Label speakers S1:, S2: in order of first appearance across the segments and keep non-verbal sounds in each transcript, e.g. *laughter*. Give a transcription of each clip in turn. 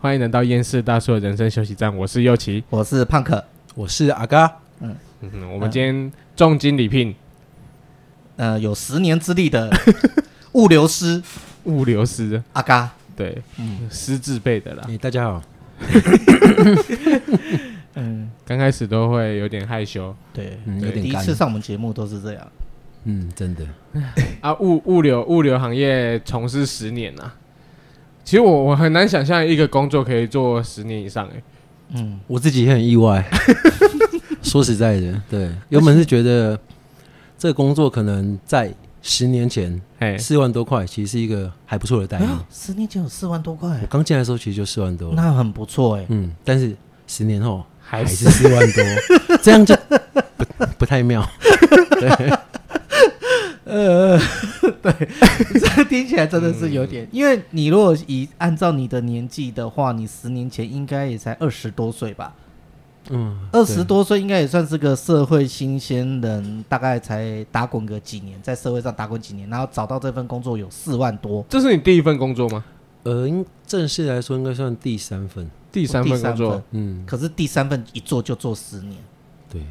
S1: 欢迎来到厌世大叔的人生休息站，我是右奇。
S2: 我是胖可，
S3: 我是阿嘎，
S1: 嗯哼，我们今天重金礼聘
S2: 呃，有十年之力 *laughs* 的物流师
S1: 物流师，
S2: 阿嘎，
S1: 对，师字辈的啦。
S3: 你哎大家好。
S2: 嗯，
S1: 刚开始都会有点害羞
S2: 对，
S3: 嗯
S2: 对
S3: 有点
S2: 第一
S3: 干
S2: 次上我们节目都是这样，
S3: 嗯，真的，
S1: 啊。物物流物流行业从事十年啦，其实我我很难想象一个工作可以做十年以上欸诶、
S2: 嗯，
S3: 我自己也很意 *laughs* 外。说实在的，对，原本是觉得这个工作可能在十年前
S1: 欸。哎，
S3: 四万多块，其实是一个还不错的待遇。
S2: 啊十年前有四万多块
S3: 我，刚进来的时候其实就四万多，
S2: 那很不错哎，
S3: 嗯，但是十年后
S1: 还
S3: 还
S1: 是
S3: 是四万 *laughs* 多，这样就不不太妙。
S2: 呃， *laughs* 对，这听起来真的是有点，嗯因为你如果以按照你的年纪的话，你十年前应该也才二十多岁吧，
S3: 嗯，
S2: 二十多岁应该也算是个社会新鲜人，大概才打滚个几年，在社会上打滚几年，然后找到这份工作有四万多，
S1: 这是你第一份工作吗？
S3: 呃，应正式来说应该算第三份。
S1: 第三份工
S2: 第三
S1: 作
S2: 份
S3: 嗯，
S2: 可是第三份一做就做十年，
S3: 对，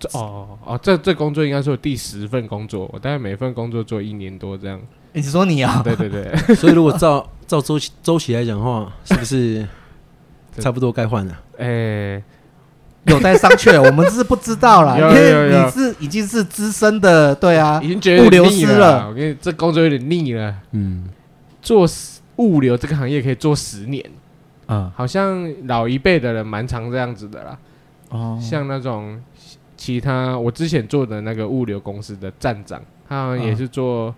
S1: 这哦哦，这这工作应该是我第十份工作，我大概每份工作做一年多这样。
S2: 你说你 *laughs* 啊？
S1: 对对对，
S3: 所以如果照照周期周期来讲的话，是不是差不多该换了？
S1: 哎、
S2: 有待商榷，我们是不知道 *laughs* 啦，因
S1: 有有
S2: 为
S1: 有
S2: 你是已经是资深的，对啊
S1: 已，经觉得有
S2: 物流
S1: 点腻
S2: 师
S1: 了啦。
S2: 了
S1: 我跟你这工作有点腻了，
S3: 嗯，
S1: 做十物流这个行业可以做十年，
S2: 嗯，
S1: 好像老一辈的人蛮常这样子的啦。
S2: 哦，
S1: 像那种其他我之前做的那个物流公司的站长，他好像
S2: 嗯
S1: 也是做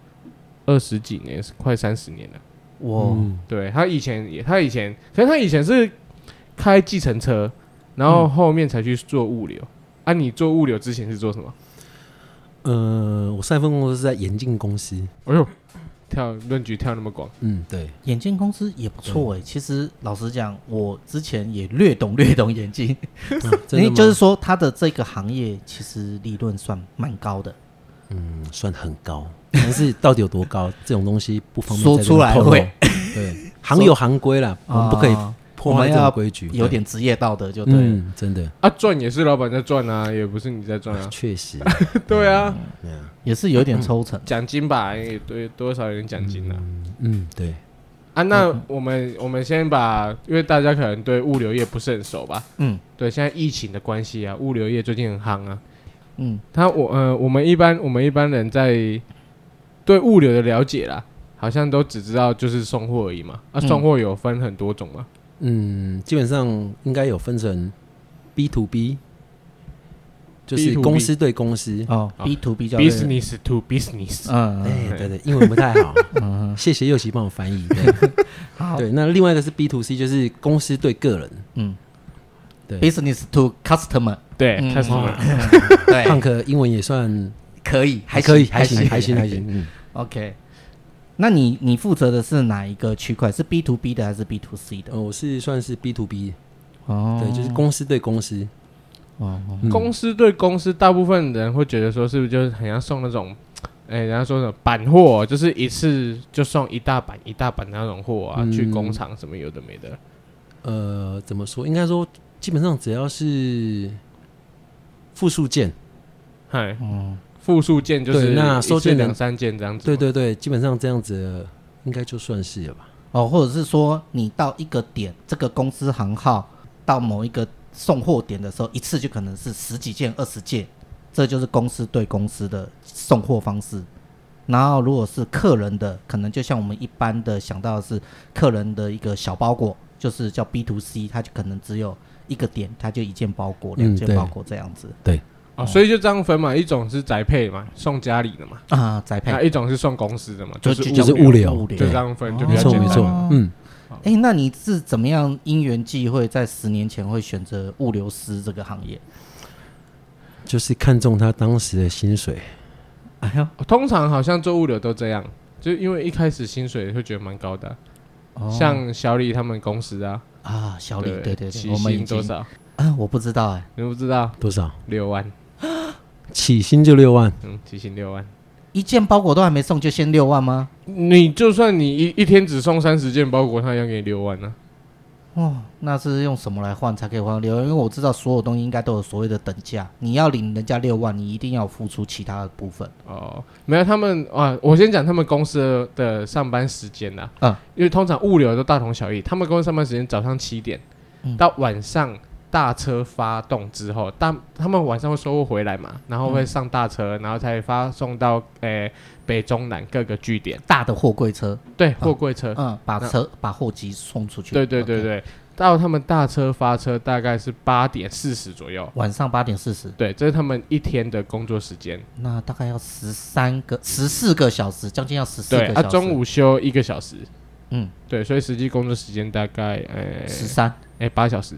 S1: 二十几年，是快三十年了。
S2: 我
S3: 嗯
S1: 对他以前也，他以前，可是他以前是开计程车，然后后面才去做物流。啊，你做物流之前是做什么？
S3: 呃，我上一份工作是在眼镜公司。
S1: 哎呦，跳论局跳那么广，
S3: 嗯， *laughs* 对，
S2: 眼镜公司也不错哎、其实老实讲，我之前也略懂略懂眼镜， *laughs*
S3: 嗯真
S2: 因
S3: 的
S2: 为
S3: 吗
S2: 就是说它的这个行业其实利润算蛮高的，
S3: 嗯，算很高，但是到底有多高，这种东西不方便
S2: 哎说
S3: 在这边
S2: 出来
S3: 透露
S2: 会 *laughs*
S3: 对，行有行规啦，我们不可以
S2: 啊
S3: 破坏这
S2: 我们要
S3: 种规矩，
S2: 有
S3: 对
S2: 点职业道德就对了。
S3: 嗯，真的。
S1: 啊，赚也是老板在赚啊，也不是你在赚啊
S2: *laughs*
S3: 确实，
S1: 对啊，
S2: 嗯也是有点抽成。
S1: 奖金吧，也多多少有点奖金啊。
S3: 嗯，对，
S1: 啊，
S2: 嗯
S1: 那我们我们先把，因为大家可能对物流业不是很熟吧？
S2: 嗯
S1: 对，现在疫情的关系啊，物流业最近很夯啊。
S2: 嗯
S1: 他我呃，我们一般我们一般人在对物流的了解啦，好像都只知道就是送货而已嘛。啊，
S2: 嗯
S1: 送货有分很多种嘛。
S3: 嗯，基本上应该有分成 B to B，就是
S1: B2B
S3: 公司对公司，
S2: 哦
S1: 好
S2: ，B to B 叫
S1: business to business，
S2: 嗯嗯
S3: 哎，对对，英文不太 *laughs* 好，
S2: 嗯，
S3: 谢谢右奇帮我翻译。 *laughs* 对
S2: 好，
S3: 对，那另外一个是 B to C，就是公司对个人。
S2: 嗯
S3: 对
S2: ，business to *laughs* customer，
S1: 对
S2: 嗯
S1: c u s
S3: 胖
S2: 对，
S3: 克英文也算
S2: 可以，还
S3: 可以，
S2: 行
S3: 哎还行，还行，还。
S2: 可以
S3: 行。嗯，
S2: OK，那你你负责的是哪一个区块？是 B to B 的还是 B to C 的？
S3: 呃，我是算是 B to B，
S2: 哦
S3: 对，就是公司对公司。
S2: 哦，哦
S3: 嗯
S1: 公司对公司，大部分人会觉得说，是不是就是很像送那种，哎、人家说什么板货，就是一次就送一大板一大板那种货啊，
S3: 嗯
S1: 去工厂什么有的没的。
S3: 呃，怎么说？应该说，基本上只要是复数件，
S1: 嗨，
S2: 嗯
S1: 复数件就
S3: 对
S1: 是
S3: 那收件
S1: 一次
S3: 人
S1: 两三件这样子。
S3: 对，对对，基本上这样子的应该就算是了吧。
S2: 哦，或者是说你到一个点，这个公司行号到某一个送货点的时候，一次就可能是十几件、二十件，这就是公司对公司的送货方式。然后如果是客人的，可能就像我们一般的想到的是客人的一个小包裹，就是叫 B to C，它就可能只有一个点，它就一件包裹、
S3: 嗯
S2: 两件
S3: 对
S2: 包裹这样子、
S1: 哦，所以就这样分嘛，一种是宅配嘛，送家里的嘛，
S2: 啊，宅配
S1: 那。一种是送公司的嘛，
S2: 就
S1: 就是
S2: 就
S3: 就是
S1: 物
S3: 物流
S2: 物
S1: 就
S2: 流
S1: 这样分，就比
S3: 没
S1: 较
S3: 错，
S1: 简
S3: 没
S1: 单。
S3: 错。嗯，
S2: 哎、那你是怎么样因缘际会，在十年前会选择物流师这个行业？
S3: 就是看中他当时的薪水。
S2: 哎呦，
S1: 通常好像做物流都这样，就因为一开始薪水会觉得蛮高的啊，
S2: 哦
S1: 像小李他们公司啊，
S2: 啊，小李，对对对，
S1: 起
S2: 我们已
S1: 薪
S2: 经
S1: 多少？
S2: 啊，我不知道哎、
S1: 你不知道？
S3: 多少？
S1: 六万，
S3: 起薪就六万， *laughs*
S1: 嗯，起薪六万。
S2: 一件包裹都还没送就先六万吗？
S1: 你就算你一一天只送三十件包裹，他也要给你六万呢、啊
S2: 哦，那是用什么来换才可以换到六万？因为我知道所有东西应该都有所谓的等价，你要领人家六万，你一定要付出其他的部分。
S1: 哦，没有他们啊，我先讲他们公司的上班时间啦。
S2: 嗯
S1: 因为通常物流都大同小异，他们公司上班时间早上七点、到晚上大车发动之后，大他们晚上会收货回来嘛，然后会上大车，然后才发送到诶、北中南各个据点，
S2: 大的货柜车，
S1: 对，货柜车。
S2: 嗯，把
S1: 那
S2: 车把货机送出去。
S1: 对对对
S2: OK，
S1: 对到他们大车发车大概是八点四十左右。
S2: 晚上八点四十，
S1: 对，这是他们一天的工作时间。
S2: 那大概要十三个、十四个小时，将近要十四
S1: 对，
S2: 个
S1: 啊，
S2: 小时。
S1: 中午休一个小时。
S2: 嗯，
S1: 对，所以实际工作时间大概呃
S2: 十三
S1: 哎八小时。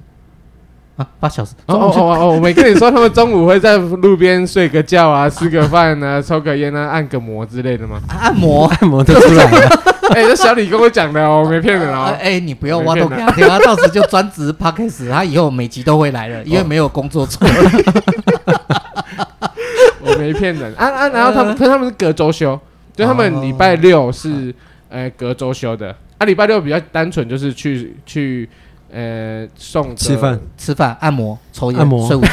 S2: 啊，八小时。
S1: 哦
S2: 中午
S1: 哦
S2: 就
S1: 哦 *laughs* 哦！我没跟你说，他们中午会在路边睡个觉 *laughs* 啊，吃个饭啊，抽个烟啊，按个摩之类的吗？
S2: 啊按摩。
S3: 按摩都哎出来啊 *laughs* 了，
S1: 哎，这小李跟我讲的哦，我没骗人
S2: 啊
S1: 哦。
S2: 哎，你不要挖洞给他听，他到时就专职 p o d c a s 他以后每集都会来
S1: 哦
S2: 了，因为没有工作做。
S1: 我没骗人啊啊！然后他们，可是他们是隔周休，就他们礼拜六是呃隔周休的，啊，礼拜六比较单纯，就是去去呃送个
S3: 吃饭，
S2: *laughs* 吃饭、按摩、抽烟、
S3: 按摩
S2: 睡午觉，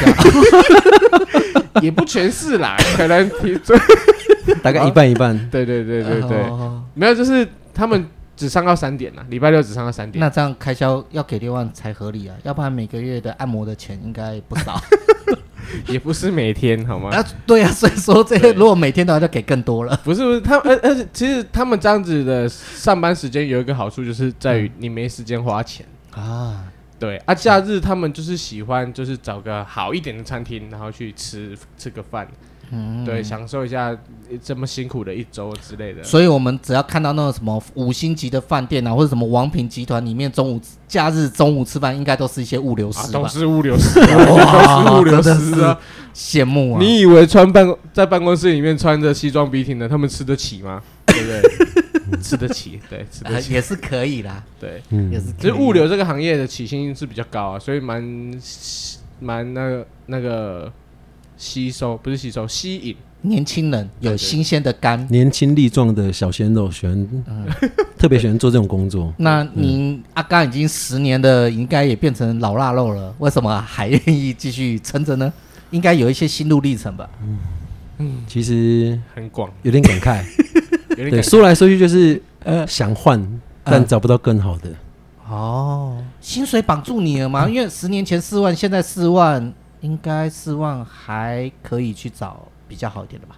S1: 也不全是啦，可能 *laughs* 提最
S3: *laughs* 大概一半一半。
S1: 对对对对对，
S2: 哦
S1: 没有，就是他们只上到三点啦，啊礼拜六只上到三点。
S2: 那这样开销要给六万才合理啊，要不然每个月的按摩的钱应该不
S1: *laughs*
S2: 少
S1: 也不是每天好吗？
S2: 啊。对啊，所以说这
S1: 对
S2: 个如果每天都要就给更多了。
S1: 不是不是，他们而而且其实他们这样子的上班时间有一个好处，就是在
S2: 嗯
S1: 于你没时间花钱。
S2: 啊，
S1: 对啊，假日他们就是喜欢就是找个好一点的餐厅，然后去吃吃个饭，
S2: 嗯，
S1: 对，享受一下呃这么辛苦的一周之类的。
S2: 所以我们只要看到那种什么五星级的饭店啊，或者什么王品集团里面中午假日中午吃饭，应该都是一些物流
S1: 啊，
S2: 师
S1: 都
S2: 吧？
S1: 是物
S2: *laughs*
S1: 流师，
S2: 哇
S1: 都是物流
S2: 真
S1: 师
S2: 的
S1: 啊！
S2: 羡慕啊！
S1: 你以为穿办公在办公室里面穿着西装笔挺的，他们吃得起
S2: *laughs*
S1: 吗？对不对？吃得起，对，吃
S2: 啊
S1: 得起，
S2: 也是可以啦，
S1: 对。
S2: 也
S3: *laughs* 嗯，
S2: 是可
S1: 其
S2: 以
S1: 实物流这个行业的起薪是比较高啊，所以蛮蛮那个那个吸收不是吸收吸引，
S2: 年轻人有
S1: 对对
S2: 新鲜的肝。
S3: 年轻力壮的小鲜肉喜欢， *laughs* 特别喜欢做这种工作。
S2: 那您阿刚已经十年的，应该也变成老腊肉了，为什么还愿意继续撑着呢？应该有一些心路历程吧？
S3: 其实
S1: 很广，
S3: 嗯 *laughs* 有点感慨，
S1: 有点
S3: 对，
S1: 感
S3: 说来说去就是呃想换，但找不到更好的。
S2: 哦，薪水绑住你了
S3: 嗯
S2: 吗？因为十年前四万，现在四万，应该四万还可以去找比较好一点的吧？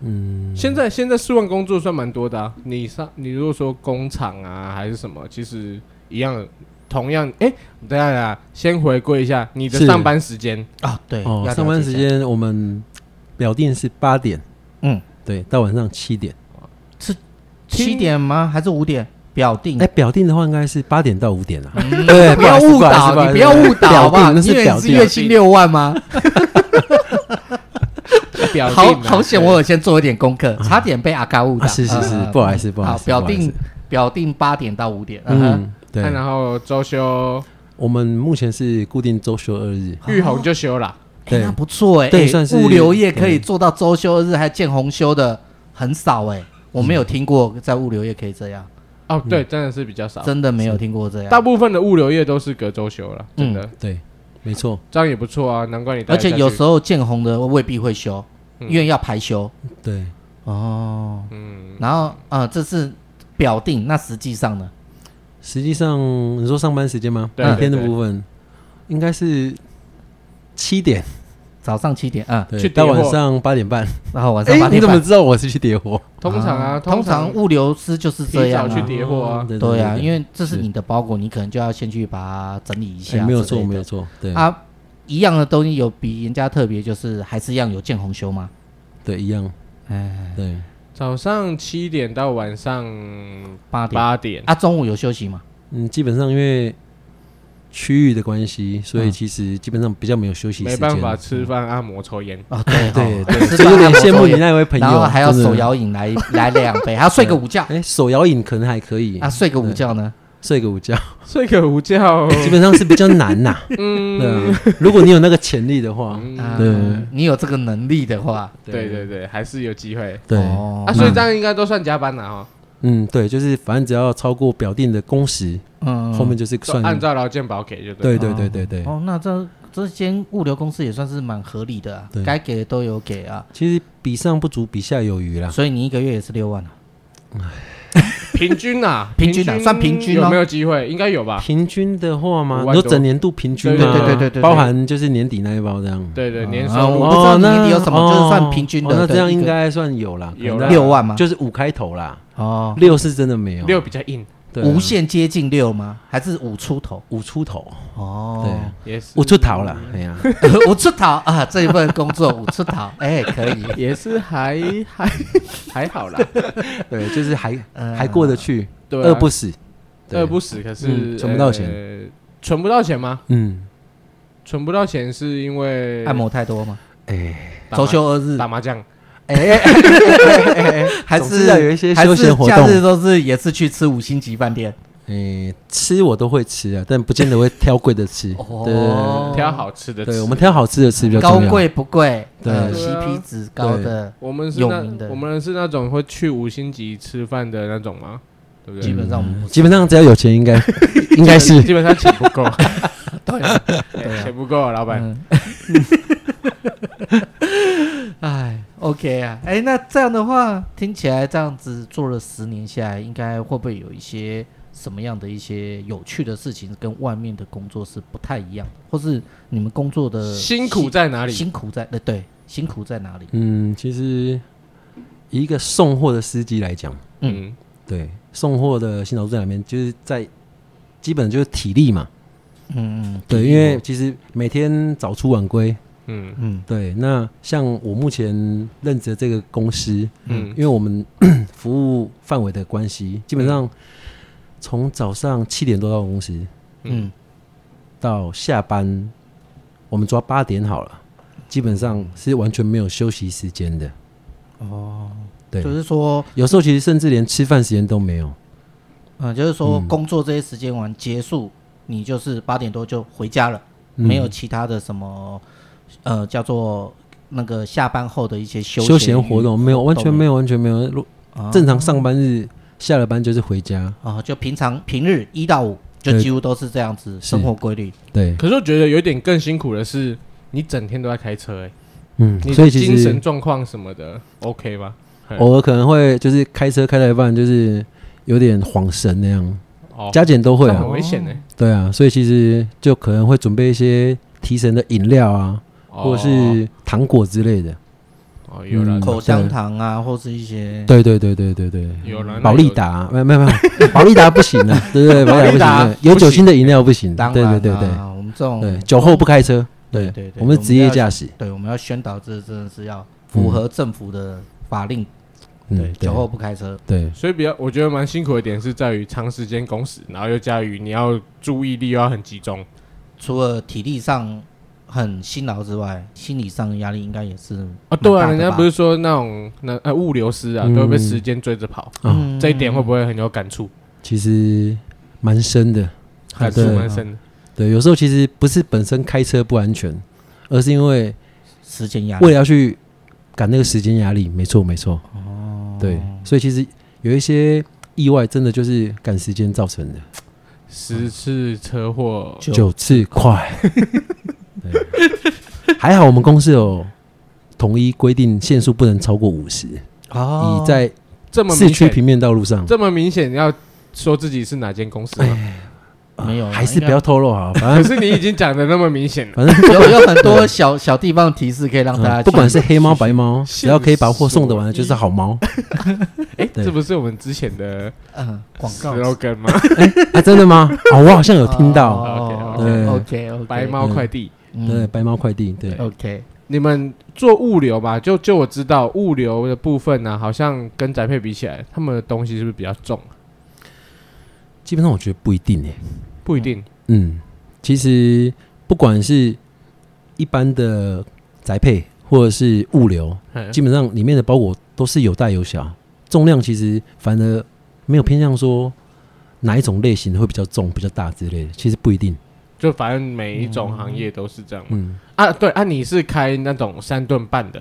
S3: 嗯，
S1: 现在现在四万工作算蛮多的啊，你上你如果说工厂啊还是什么，其实一样同样哎、等一下等一下，先回归一下你的
S3: 是
S1: 上班时间，
S2: 啊，对，
S3: 哦
S2: 要，
S3: 上班时
S2: 了解一下，
S3: 间我们表定是八点，
S2: 嗯，
S3: 对，到晚上七点。
S2: 七点吗？还是五点？表定
S3: 哎，，表定的话应该是八点到五点啊。
S2: 你
S3: 对，
S2: 嗯不要
S3: 好意思
S2: 误
S3: 好意思
S2: 导，你
S3: 好意思
S2: 不要误导好不好？
S3: *laughs* 表定那
S2: 因
S3: 是
S2: 为你
S3: 表
S2: 是
S3: 定啊
S2: 月薪六万吗？
S1: 表定
S2: 好
S1: 啊
S2: 好险，我有先做一点功课，差点被阿嘎误导。
S3: 嗯啊是是是
S2: 嗯
S3: 不好意思不好意思
S2: 表
S3: 不好意思
S2: 定表定八点到五点。嗯哼，
S3: 嗯，
S1: 对啊
S3: 对，
S1: 然后周休
S3: 我们目前是固定周休二日，
S1: 玉红就休啦，
S2: 哎，
S3: 对
S2: 那不错哎，
S3: 对
S2: 哎
S3: 算是
S2: 物流业可以做到周休日还见红休的很少
S3: 嗯
S2: 哎，我没有听过在物流业可以这样，
S1: 哦对，真的是比较
S3: 嗯
S1: 少，
S2: 真的没有听过这
S1: 大
S2: 样。
S1: 部分的物流业都是隔周休了，真的、
S3: 对，没错，
S1: 这样也不错啊，难怪你待
S2: 嗯而
S1: 得下
S2: 且
S1: 去
S2: 有时候见红的未必会休，
S3: 嗯
S2: 因为要排休
S3: 对。
S2: 哦。嗯，然后啊，这是表定，那实际上呢？
S3: 实际上，你说上班时间吗？
S1: 对
S3: 每天的
S1: 对对
S3: 部分应该是七点，
S2: 早上七点啊，
S3: 对
S1: 去，
S3: 到
S1: 叠货
S3: 晚上八
S2: *laughs*
S3: 点半。
S2: 然后晚上
S3: 哎
S2: 八，
S3: 你
S2: 点
S3: 怎么 *laughs*
S2: 半。
S3: 知道我是去叠货？
S1: 通常啊，
S2: 通常物流师就是这
S1: 提
S2: 样
S1: 早
S2: 啊
S1: 去叠货啊，
S2: 对呀、啊，因
S3: 为
S2: 为这是
S3: 是哎
S2: 你的包裹，你可能就要先去把它整理一下、
S3: 没有错，没哎有。错，对
S2: 啊，一样的东西有比人家特别，就是还是一样有见红修吗？
S3: 对，一样，
S2: 哎，
S3: 对，
S1: 早上七点到晚上
S2: 八点
S1: 八点，
S2: 啊，中午有休息吗？
S3: 嗯，基本上因为区域的关系，所以其实基本上比较没有休息时
S1: 嗯没
S3: 间，
S1: 办法吃饭、按摩、抽烟。
S2: 啊，对
S3: 对
S2: 哦 *laughs*
S3: 对，
S2: 吃
S3: 所以有
S2: 饭
S3: 点
S2: 按摩
S3: 羡慕
S2: 抽
S3: 你
S2: 烟
S3: 那位朋友，
S2: 然后还要
S3: 真的
S2: 手，摇饮
S3: *laughs*
S2: 来来两杯，还要睡个午觉。
S3: 哎，手摇饮可能还可以，
S2: 啊，睡个午觉呢？
S3: 睡个
S1: *laughs*
S3: 午觉，
S1: 睡个午觉，
S3: 基本上是比较难呐。嗯，如果你有那个潜力的话，
S2: 啊
S3: 嗯对，
S2: 你有这个能力的话，
S1: 嗯对对对，还是有机会啊
S3: 对，
S2: 哦
S1: 啊。所以这样应该都算加班了哈。
S3: 嗯，对，就是反正只要超过表定的工时，
S2: 嗯，
S3: 后面就是
S1: 就
S3: 算
S1: 按照劳健保给就对了。
S3: 对对对对对。
S2: 哦，那这这间物流公司也算是蛮合理的啊
S3: 对，
S2: 该给的都有给啊，
S3: 其实比上不足，比下有余啦。
S2: 所以你一个月也是六万啊，
S1: 平均啊，
S2: *laughs* 平均啊算平均哦
S1: 有没有机会？应该有吧。
S3: 平均的话嘛，
S1: 啊五
S3: 你
S1: 万
S3: 说
S1: 多
S3: 整年度平均
S1: 对
S3: 嘛，
S1: 对对对
S2: 对对
S3: 包含就是年底那一包这样。
S1: 对对，年收
S2: 啊
S1: 入
S2: 我不知道你年底有什么
S3: 那
S2: 就是算平均的
S3: 哦那
S2: 对
S3: 这样应
S2: 一个
S3: 该算有啦，
S1: 有
S3: 可能
S1: 啦
S2: 六啊万吗？
S3: 啊就是五开头啦，
S2: 哦，
S3: 六是真的没有，
S1: 六比较硬，
S3: 对啊
S2: 无限接近六吗？还是五出头？
S3: 五出头，
S2: 哦，
S3: 对，
S1: 也是
S3: 五出头啦，
S1: 哦
S3: 哎
S1: *laughs*
S3: 呀，
S2: *laughs* 五出头啊，这一份工作五出头， *laughs* 哎，可以，
S1: *laughs* 也是还还 *laughs* 还好
S3: *laughs*
S1: 啦，
S3: 对，就是还
S2: 嗯
S3: 还过得去，
S1: 对啊，
S3: 饿不死，对
S1: 饿不死，可是
S3: 嗯存不到钱
S1: 钱，存不到钱吗？
S3: 嗯，
S1: 存不到钱是因为
S2: 按摩太多吗？
S3: 哎，
S1: 打麻
S2: 周休二日，
S1: 打麻将，
S2: 哎哎哎哎哎，哎还
S3: *laughs* 总之
S2: 是
S3: 要有一些
S2: 还
S3: 休
S2: 是
S3: 闲活
S2: 假日
S3: 动，
S2: 都是也是去吃五星级饭店，
S3: 哎，吃我都会吃啊，但不见得会挑贵的吃，
S2: 哦
S3: 对对对
S1: 挑好吃的
S3: 对
S1: 吃。
S3: 对，我们挑好吃的吃比较
S2: 高
S3: 重要，
S2: 贵不贵，
S3: 对
S2: 呃
S1: 对啊
S2: ，CP 值高的，
S1: 我们是
S2: 有
S1: 那
S2: 名的
S1: 我们是那种会去五星级吃饭的那种吗？对不
S2: 基
S1: 对？
S2: 本上我们不
S3: 基本上只要有
S1: *laughs*
S3: 钱，应该应该是
S1: 基本上钱不
S3: *laughs*
S1: 够， *laughs*
S2: 对啊，对
S1: 哎 *laughs*
S2: 啊
S1: 钱不够，老板。
S2: 嗯 *laughs* 哎，OK 啊，哎，那这样的话，听起来这样子做了十年下来，应该会不会有一些什么样的一些有趣的事情，跟外面的工作是不太一样的，或是你们工作
S3: 呃
S2: 的
S1: 辛苦在哪里？
S2: 辛苦在呃对辛苦在哪里？
S3: 嗯，其实以一个送货的司机来讲，
S1: 嗯，
S3: 对送货的新手在哪边，就是在基本就是体力嘛。
S2: 嗯嗯，
S3: 对，
S2: 体力
S3: 因为
S2: 活
S3: 其实每天早出晚归。
S1: 嗯
S2: 嗯
S3: 对，那像我目前任职的这个公司，因
S1: 嗯
S3: 为我们 *clears throat* 服务范围的关系，基本上从早上七点多到公司，
S2: 嗯
S3: 到下班，我们抓八点好了，基本上是完全没有休息时间的。
S2: 哦，
S3: 对，
S2: 就是说，
S3: 有时候其实甚至连吃饭时间都没有。
S2: 嗯，就是说
S3: 嗯
S2: 工作这些时间完结束，你就是八点多就回家了。
S3: 嗯
S2: 没有其他的什么呃叫做那个下班后的一些休
S3: 休闲活动，没有，完全没有，完全没有。如
S2: 啊
S3: 正常上班日下了班就是回家，
S2: 啊，就平常平日一到五就
S3: 对
S2: 几乎都是这样子
S3: 是
S2: 生活规律。
S3: 对，
S1: 可是我觉得有点更辛苦的是，你整天都在开车，哎，
S3: 嗯，
S1: 你
S3: 所
S1: 的
S3: 以其
S1: 精神
S3: 实
S1: 状况什么的，OK 吗？
S3: 偶尔可能会就是开车开到一半就是有点晃神那样，
S1: 哦，
S3: 加减都会
S1: 这很
S3: 啊，
S1: 危险欸呢，
S3: 对啊，所以其实就可能会准备一些提神的饮料啊，
S1: 哦
S3: 或者是糖果之类的，
S1: 哦，有了
S3: 嗯
S2: 口香糖啊，或是一些
S3: 对对对对对对。
S1: 有了，
S3: 宝利达啊没有没有没有， *laughs* 宝利达不行啊，对对，宝利达
S1: 宝
S3: 不
S1: 利
S3: 行
S1: 达，
S3: 有
S1: 不行
S3: 酒精的饮料不行，
S2: 当
S3: 对
S2: 然
S3: 对
S2: 啊
S3: 对对
S2: 我们这种
S3: 对，酒后不开车，
S2: 对
S3: 对
S2: 对对
S3: 我们是职
S2: 我
S3: 业
S2: 们要
S3: 驾驶，
S2: 对我们要宣导这真的是要符合政府的法令，
S3: 嗯
S2: 对酒后不开车。
S3: 对，
S1: 所以比较，我觉得蛮辛苦的点是在于长时间工时，然后又加于你要注意力又要很集中，
S2: 除了体力上很辛劳之外，心理上的压力应该也是
S1: 啊，对
S2: 蛮
S1: 啊，
S2: 大的
S1: 人家
S2: 吧
S1: 不是说那种那呃物流师啊，
S3: 嗯
S1: 都会被时间追着跑，
S3: 啊，
S2: 嗯
S1: 这一点会不会很有感触？
S3: 其实蛮深的。
S1: 感
S3: 啊
S1: 触蛮深的。
S3: 对，有时候其实不是本身开车不安全，而是因为
S2: 时间压力
S3: 为了要去赶那个时间压力。没错，没错。哦，对，所以其实有一些意外，真的就是赶时间造成的。
S1: 十次车祸，
S2: 就
S3: 九次
S2: *laughs*
S3: 快，对，还好我们公司有统一规定限速不能超过五十，以
S2: 哦
S3: 在
S1: 这么
S3: 市
S1: 明
S3: 区
S1: 显，
S3: 平面道路上。
S1: 这么明显要说自己是哪间公司吗？
S3: 啊
S2: 没有啦
S3: 还是
S2: 应该
S3: 不要透露好了，反
S1: *laughs* 可
S3: 正
S1: 是你已经讲的那么明显了，
S3: 反正
S2: 有有很多小小地方提示可以让大家去、
S3: *laughs* 嗯不管是黑猫
S2: *laughs*
S3: 白猫，
S1: 去
S3: 只要可以把货送得完的，就是好猫。
S1: 哎，
S3: *laughs* 对
S1: 这不是我们之前的
S2: 嗯广告
S1: slogan 吗？
S3: *laughs* 啊，真的吗？ *laughs* 哦，我好像有听到。
S1: 哦
S3: 对
S2: OK OK
S1: 白猫快递，
S3: 对，白猫快递，对，
S2: 嗯 OK
S1: 你们做物流嘛？就就我知道物流的部分呢，好像跟宅配比起来，他们的东西是不是比较重？啊
S3: 基本上我觉得不一定诶。
S1: 不一定，
S3: 嗯，其实不管是一般的宅配或者是物流，
S1: 嗯
S3: 基本上里面的包裹都是有大有小，重量其实反而没有偏向说哪一种类型会比较重、比较大之类的，其实不一定。
S1: 就反正每一种行业都是这样嘛。
S3: 嗯，
S1: 啊，对啊，你是开那种三吨半的，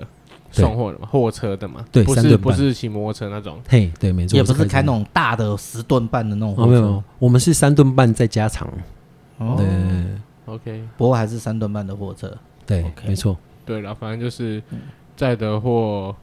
S3: 对
S1: 送货的嘛，货车的嘛，
S3: 对
S1: 不
S3: 三
S1: 是
S3: 吨半
S1: 不是骑摩托车那种，
S3: 嘿，对，没错，
S2: 也
S3: 我
S2: 不是开那
S3: 这种
S2: 种大的十吨半的那种
S3: 哦，
S2: 货
S3: 没有，没
S2: 车
S3: 有，我们是三吨半再加长，
S2: 哦
S3: 对
S1: OK，
S2: 不过还是三吨半的货车。
S3: 对，
S2: OK
S3: 没错，
S1: 对了，反正就是载的货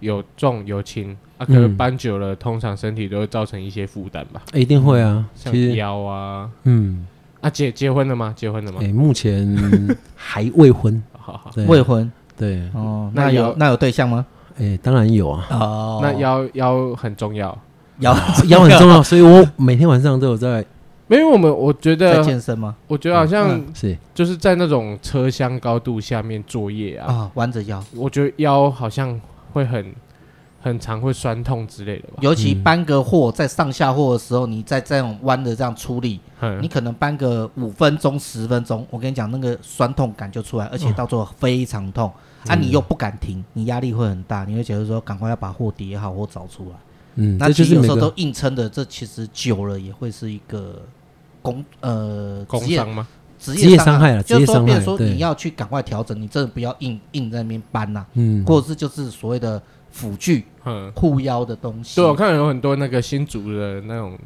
S1: 有重有轻，啊，可是
S3: 嗯
S1: 搬久了，通常身体都会造成一些负担吧，
S3: 哎一定会啊，
S1: 嗯像
S3: 其实，
S1: 腰啊，
S3: 嗯，
S1: 啊结结婚了吗？结婚了吗？
S3: 哎，目前
S2: *laughs*
S3: 还未婚，
S1: 好好，
S3: 对
S2: 啊未婚
S3: 对，
S2: 哦，
S1: 那
S2: 那
S1: 有
S2: 有那有对象吗？
S3: 哎，当然有啊， *laughs*
S2: 哦，
S1: 那腰腰很重要，
S2: *laughs* 腰
S3: 腰很 *laughs* 重要，所以我每天晚上都有在，
S1: 没有我们我觉
S2: 在
S1: 得
S2: 健身吗？
S1: 我觉得好像
S3: 是，
S1: 就是在那种车厢高度下面作业
S3: 嗯
S1: 啊，
S2: 啊，弯着腰，
S1: 我觉得腰好像会很很常会酸痛之类的吧。
S2: 尤其搬个货在上下货的时候，你在这种弯的这样出力，
S1: 嗯
S2: 你可能搬个五分钟、十分钟，我跟你讲，那个酸痛感就出来，而
S3: 嗯
S2: 且到最后非常痛、啊！你又不敢停，你压力会很大，你会觉得说赶快要把货叠好或找出来。
S3: 嗯，
S2: 那
S3: 这
S2: 其
S3: 就
S2: 实
S3: 是
S2: 有
S3: 每
S2: 时候都
S3: 个，
S2: 硬撑的，这其实久了也会是一个工呃
S1: 工
S2: 职业
S1: 伤吗？
S2: 职
S3: 职业
S2: 业伤
S3: 伤害啦
S2: 就是
S3: 职
S2: 说，
S3: 业伤
S2: 变成
S3: 害
S2: 说
S3: 对
S2: 你要去赶快调整，你真的不要硬硬在那边搬呐、
S3: 嗯，
S2: 或者是就是所谓的辅具
S1: 嗯，
S2: 护腰的东西，
S1: 对，
S3: 啊
S1: 我看有很多那个新竹的那种，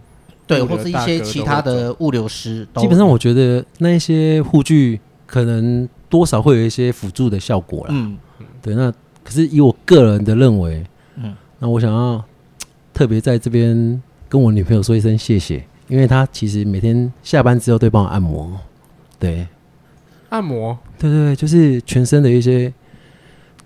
S2: 对，
S1: 物流
S2: 或是一
S1: 大
S2: 些
S1: 哥
S2: 其
S1: 都
S2: 他
S1: 会做
S2: 的物流师都，
S3: 基本上我觉得那一些护具可能多少会有一些辅助的效果啦。
S2: 嗯
S3: 对，那可是以我个人的认为，
S2: 嗯
S3: 那我想要嘖特别在这边跟我女朋友说一声谢谢，因为她其实每天下班之后都会帮我按摩，对，
S1: 按摩，
S3: 对对对，就是全身的一些，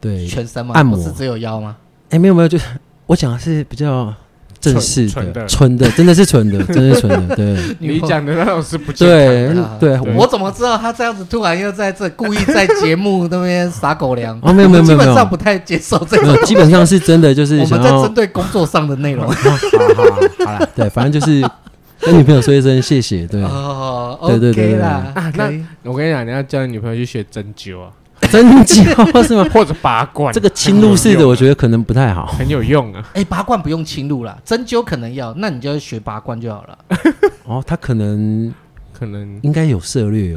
S3: 对，
S2: 全身嘛，
S3: 按
S2: 不
S3: 摩
S2: 是只有腰吗？
S3: 哎，没有没有，就是 *laughs* 我讲的是比较正式
S1: 纯
S3: 的，
S1: 的
S3: 纯的，真的是纯的，真的是纯的，对
S1: 你讲的那种是不健康
S3: 对
S1: 的。
S2: 啊
S3: 呃对，
S1: 对
S2: *laughs*
S3: 我
S2: 我怎么知道他这样子突然又在这故意在节目那边撒狗粮？
S3: 哦没有没有没有
S2: 基本
S3: 没有
S2: 上不太接受这
S3: 没
S2: 种
S3: 有，。基本上是真的，就
S2: 我
S3: 是
S2: 们
S3: 想
S2: 在
S3: 要
S2: 针对工作上的内
S1: *laughs*
S2: 容。
S3: 好了， *laughs* 对，反正就是跟女朋友说一声谢谢， *laughs* 对，
S2: 哦
S3: 对对对
S2: ，OK
S3: 对
S2: 啦，
S1: 啊，那
S2: 可以
S1: 我跟你讲，你要叫你女朋友去学
S3: *laughs*
S1: 针灸啊，
S3: 针灸哦是吗？
S1: 或者拔罐，
S3: 这个侵入式的，我觉得可能不太好。
S1: 很有用啊。
S2: 哎，拔罐不用侵入啦，针灸可能要，那你就学拔罐就好了。
S3: 哦，他可能
S1: 可能
S3: 应该有涉略哦，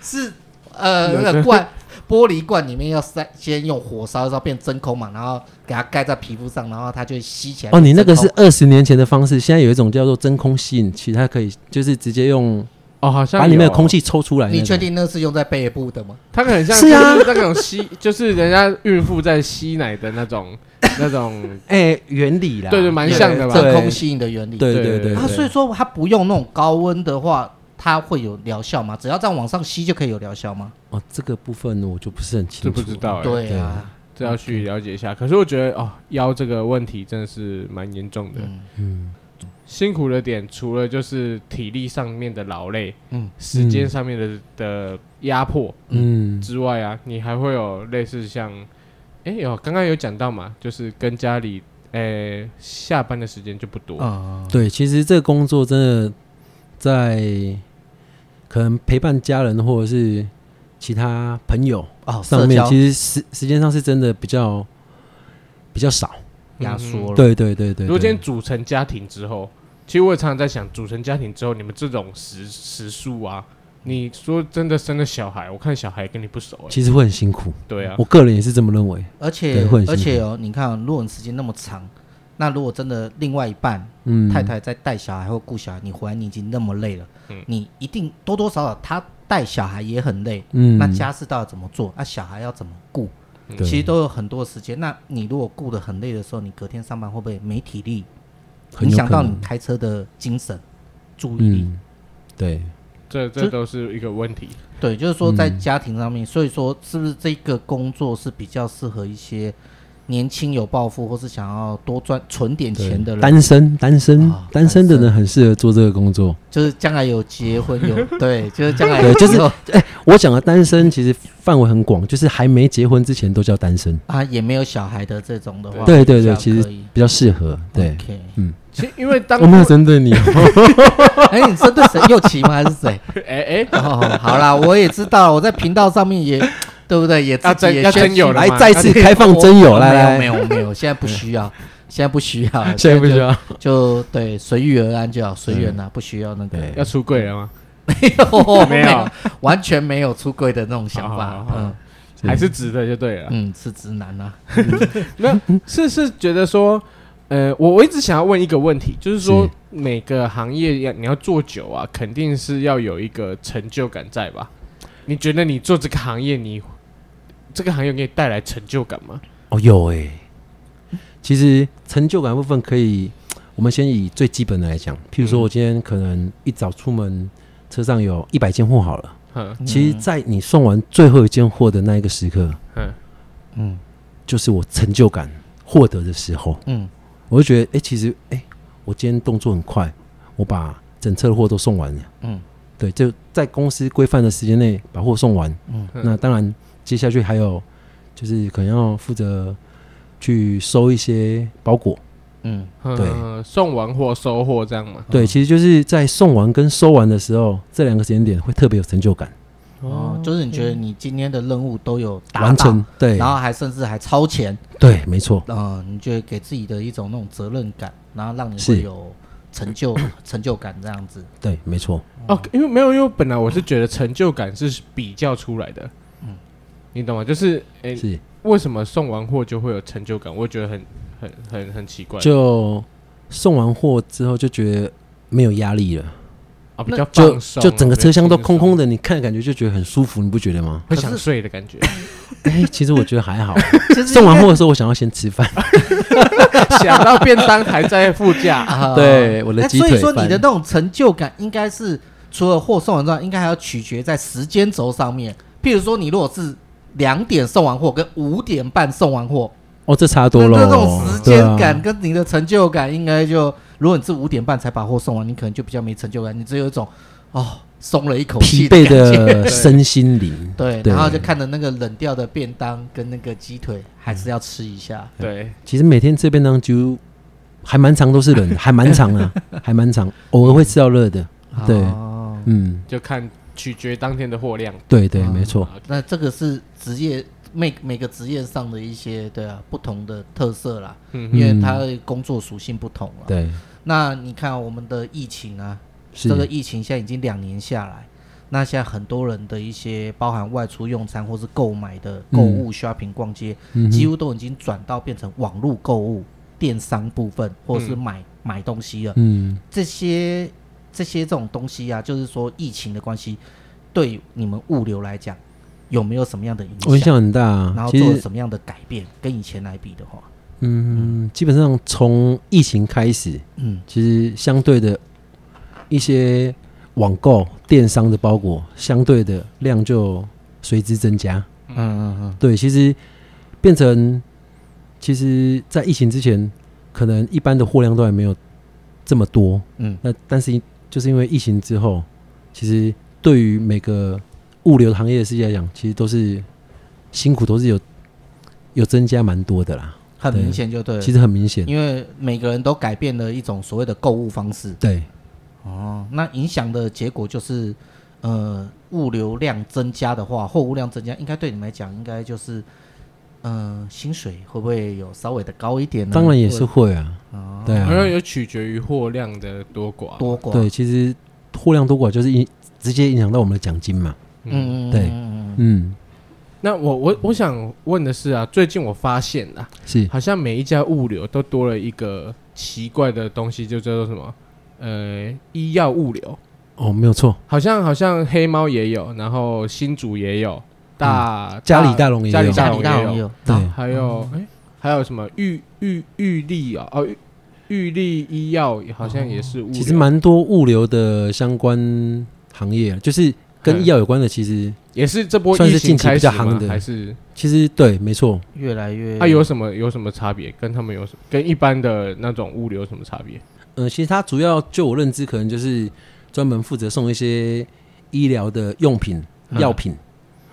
S2: 是呃，那个罐玻璃罐里面要塞，先用火烧一烧变真空嘛，然后给它盖在皮肤上，然后它就会吸起来。
S3: 哦，你那个
S2: 变真
S3: 是二十年前的方式，现在有一种叫做真空吸引器，它可以就是直接用
S1: 哦，好像
S3: 把里面的
S1: 有
S3: 空，气抽出来
S2: 空？
S3: 那种。
S2: 你确定那是用在背部的吗？
S1: 它很像
S3: 是啊
S1: 就是那种吸， *laughs* 就是人家孕妇在吸奶的那
S2: *laughs*
S1: 种那种，
S3: 哎，原理啦，
S1: 对对，蛮
S2: 对
S1: 像的吧？
S2: 真
S3: 对
S2: 空吸引的原理。
S3: 对对
S1: 对
S3: 对
S2: 啊，所以说它不用那种高温的话，它会有疗效吗？只要这样往上吸就可以有疗效吗？
S3: 哦，这个部分我就不是很清
S1: 这
S3: 楚，
S1: 不知道哎，
S2: 对啊，
S1: 这要去了解一下。可是我觉得哦，腰这个问题真的是蛮严重的。
S2: 嗯
S1: 辛苦的点，除了就是体力上面的劳累，
S2: 嗯
S1: 时间上面的的压迫
S3: 嗯，
S1: 之外啊，你还会有类似像，哎、有刚刚有讲到嘛，就是跟家里，哎、下班的时间就不多，
S2: 啊，
S3: 对，其实这个工作真的在可能陪伴家人或者是其他朋友
S2: 哦，
S3: 上
S2: 社
S3: 面，
S2: 交
S3: 其实时时间上是真的比较比较少。
S2: 压缩了。
S3: 嗯对对对对
S1: 如果今
S3: 对
S1: 天组成家庭之后，其实我也常常在想，组成家庭之后，你们这种时时数啊，你说真的生了小孩，我看小孩跟你不熟、欸，
S3: 其实会很辛苦。
S1: 对啊
S3: 我，个人也是这么认为。
S2: 而且
S3: 对会很辛苦
S2: 而且哦，你看哦，如果你时间那么长，那如果真的另外一半
S3: 嗯，
S2: 太太在带小孩或顾小孩，你回来你已经那么累了，
S1: 嗯
S2: 你一定多多少少他带小孩也很累，
S3: 嗯，
S2: 那家事到底怎么做？那、小孩要怎么顾？
S3: 对
S2: 其实都有很多时间。那你如果顾得很累的时候，你隔天上班会不会没体力？
S3: 很
S2: 影
S3: 有
S2: 响
S3: 可
S2: 到
S3: 能
S2: 你开车的精神、注意力。
S3: 嗯，对，
S1: 这这都是一个问
S3: *laughs*
S1: 题。
S2: 对，就是说在
S3: 嗯
S2: 家庭上面，所以说是不是这个工作是比较适合一些年轻有抱负，或是想要多赚存点
S3: 对
S2: 钱的人？
S3: 单身单身
S2: 啊
S3: 单身的
S2: 单身
S3: 人很适合做这个工作。
S2: 就是将来有结婚
S3: *laughs*
S2: 有对，就是将来
S3: 对就是
S2: 以后
S3: 我讲的单身其实范围很广，就是还没结婚之前都叫单身，
S2: 啊也没有小孩的这种的话，
S3: 对对
S2: 比较
S3: 对其实
S2: 可以
S3: 比较适合。对嗯
S2: OK，
S1: 其实因为当
S3: 我没有针对你哦，
S2: 哎，你针对谁？右旗吗？还是谁？
S1: 哎哎，
S2: 哦，好啦，我也知道，我在频道上
S3: *laughs*
S2: 面也对不对？也自
S1: 要
S2: 己
S1: 真
S2: 也
S1: 要
S2: 宣
S1: 真有了
S3: 来
S1: 吗？
S3: 再次开放真友，来来，
S2: 哦没有没有没有，现在不需
S3: *laughs*
S2: 要，现在不需要，
S3: *laughs* 现在不需
S2: 就
S3: 要。嗯
S2: 就对随遇而安就好，随缘啊呐，不需要那个 *laughs*
S3: 对
S1: 要出
S3: *laughs*
S1: 柜了吗？
S2: 没有
S1: 没有，
S2: 完全没有出柜的那种想
S1: 好
S2: 法
S1: 好好，好
S2: 嗯，
S1: 还是直的就对了。
S2: 嗯，是直男啊，
S1: 没
S3: *laughs*
S1: 有，是是觉得说，呃，我我一直想要问一个问题，就是说
S3: 是
S1: 每个行业要你要做久啊，肯定是要有一个成就感在吧？你觉得你做这个行业，你这个行业给你带来成就感吗？
S3: 哦，有哎、其实成就感部分可以，我们先以最基本的来讲，譬如说我今天可能一早出门，车上有一百件货好了，
S1: 哼
S3: 其实，在你送完最后一件货的那一个时刻，
S1: 哼，
S2: 嗯
S3: 就是我成就感获得的时候，
S2: 嗯
S3: 我就觉得，哎、其实，哎、我今天动作很快，我把整车的货都送完了，
S2: 嗯
S3: 对，就在公司规范的时间内把货送完，
S2: 嗯
S1: 嗯
S3: 那当然接下去还有就是可能要负责去收一些包裹。
S2: 嗯
S3: 对
S1: 嗯，送完货收货这样嘛？
S3: 对，其实就是在送完跟收完的时候，这两个时间点会特别有成就感，
S2: 哦，就是你觉得你今天的任务都有达到
S3: 完成，对
S2: 然后还甚至还超前，
S3: 对，没错，
S2: 嗯，你就会给自己的一种那种责任感，然后让你
S3: 是
S2: 会有成就成就感这样子。
S3: 对，没错，
S1: 哦，因为没有，因为本来我是觉得成就感是比较出来的，
S3: 嗯
S1: 你懂吗？就是诶，
S3: 是
S1: 为什么送完货就会有成就感？我觉得很很很很奇怪，
S3: 就送完货之后就觉得没有压力了，
S1: 啊比较
S3: 就
S1: 放松，
S3: 就整个车厢都空空
S1: 的。
S3: 的，你看感觉就觉得很舒服，你不觉得吗？
S1: 会
S2: 可
S1: 想
S2: 是
S1: 睡的感觉，
S3: *laughs* 哎，其实我觉得还好，
S2: 其实
S3: *laughs* 送完货的时候我想要先吃饭，
S1: 想到便当还在副
S2: *laughs*
S1: 驾，
S2: 啊
S3: 对我的
S2: 那
S3: 鸡
S2: 所以
S3: 腿
S2: 说你的那
S3: 饭，
S2: 种成就感，应该是除了货送完之后，应该还要取决在时间轴上面。譬如说，你如果是两点送完货，跟五点半送完货，
S3: *laughs* 哦，这差
S2: 那
S3: 多了
S2: 那
S3: 哦
S2: 种，时
S3: 对
S2: 间
S3: 啊
S2: 感跟你的成就感，应该就如果你是五点半才把货送完，你可能就比较没成就感，你只有一种哦松了一口
S3: *laughs* 疲
S2: 气
S3: 惫
S2: 感觉。
S3: 的身心灵，
S2: 对，
S3: 对
S2: 然后就看着那个冷掉的便当跟那个鸡腿，还是要吃一下。
S1: 对，
S3: 其实每天这便当就还蛮长，都是 *laughs* 冷的，还蛮长啊，还蛮长，偶尔会吃到热的，对
S2: 哦
S3: 嗯，
S1: 就看取决当天的货量。
S3: 对对，
S2: 啊
S3: 没错。
S2: 那这个是职业每每个职业上的一些对啊不同的特色啦，
S1: 嗯
S2: 因为它的工作属性不同了。
S3: 对，
S2: 那你看、我们的疫情啊，
S3: 是
S2: 这个疫情现在已经两年下来，那现在很多人的一些包含外出用餐或是购买的购物、shopping、逛街，
S3: 嗯
S2: 几
S3: 哼
S2: 乎都已经转到变成网络购物、电商部分，或者是
S1: 嗯
S2: 买、买东西了。
S3: 嗯，
S2: 这些这些这种东西啊，就是说疫情的关系，对你们物流来讲有没有什么样的影
S3: 我影
S2: 响？
S3: 响很大
S2: 然
S3: 啊。
S2: 后
S3: 其
S2: 做了
S3: 实，
S2: 什么样的改变？跟以前来比的话，
S3: 嗯，基本上从疫情开始，
S2: 嗯
S3: 其实相对的一些网购、电商的包裹，相对的量就随之增加。
S2: 嗯嗯
S3: 对，其实变成，其实，在疫情之前，可能一般的货量都还没有这么多。
S2: 嗯
S3: 那但是就是因为疫情之后，其实对于每个物流行业的世界来讲，其实都是辛苦，都是有有增加蛮多的啦。
S2: 嗯，很明显就对了。
S3: 其实很明显，
S2: 因为每个人都改变了一种所谓的购物方式
S3: 对，
S2: 哦，那影响的结果就是，呃，物流量增加的话，货物量增加，应该对你们来讲，应该就是，呃，薪水会不会有稍微的高一点呢？
S3: 当然也是
S2: 或者
S3: 会啊，
S2: 嗯
S3: 对
S1: 好像
S3: 啊，
S1: 有取决于货量的多寡，
S2: 多寡，
S3: 对，其实货量多寡就是影直接影响到我们的奖金嘛。
S1: 嗯。
S2: 嗯，嗯，
S3: 对
S2: 嗯嗯
S3: 嗯，
S1: 那我我我想问的是啊，最近我发现啊，
S3: 是
S1: 好像每一家物流都多了一个奇怪的东西，就叫做什么呃医药物流，
S3: 哦，没有错，
S1: 好像好像黑猫也有，然后新竹也有，大
S3: 家里大龙也
S1: 家里
S3: 有，
S2: 嗯
S1: 大
S2: 家
S1: 龙
S2: 里大
S1: 也
S2: 龙也
S1: 有，
S2: 有，
S3: 对
S2: 啊
S1: 还有哎、还有什么玉玉玉立啊？哦，玉玉立医药好像也是物流，
S3: 其实蛮多物流的相关行业，就是跟医药有关的，其实
S1: 也是这波
S3: 算
S1: 疫
S3: 是
S1: 情
S3: 近期
S1: 开
S3: 比
S1: 始
S3: 较
S1: 吗
S3: 夯的
S1: 还是
S3: 其实对，没错，
S2: 越来越，
S1: 它、有什么有什么差别？跟他们有什跟一般的那种物流有什么差别？
S3: 嗯、其实它主要就我认知，可能就是专门负责送一些医疗的用品、
S1: 嗯
S3: 药品。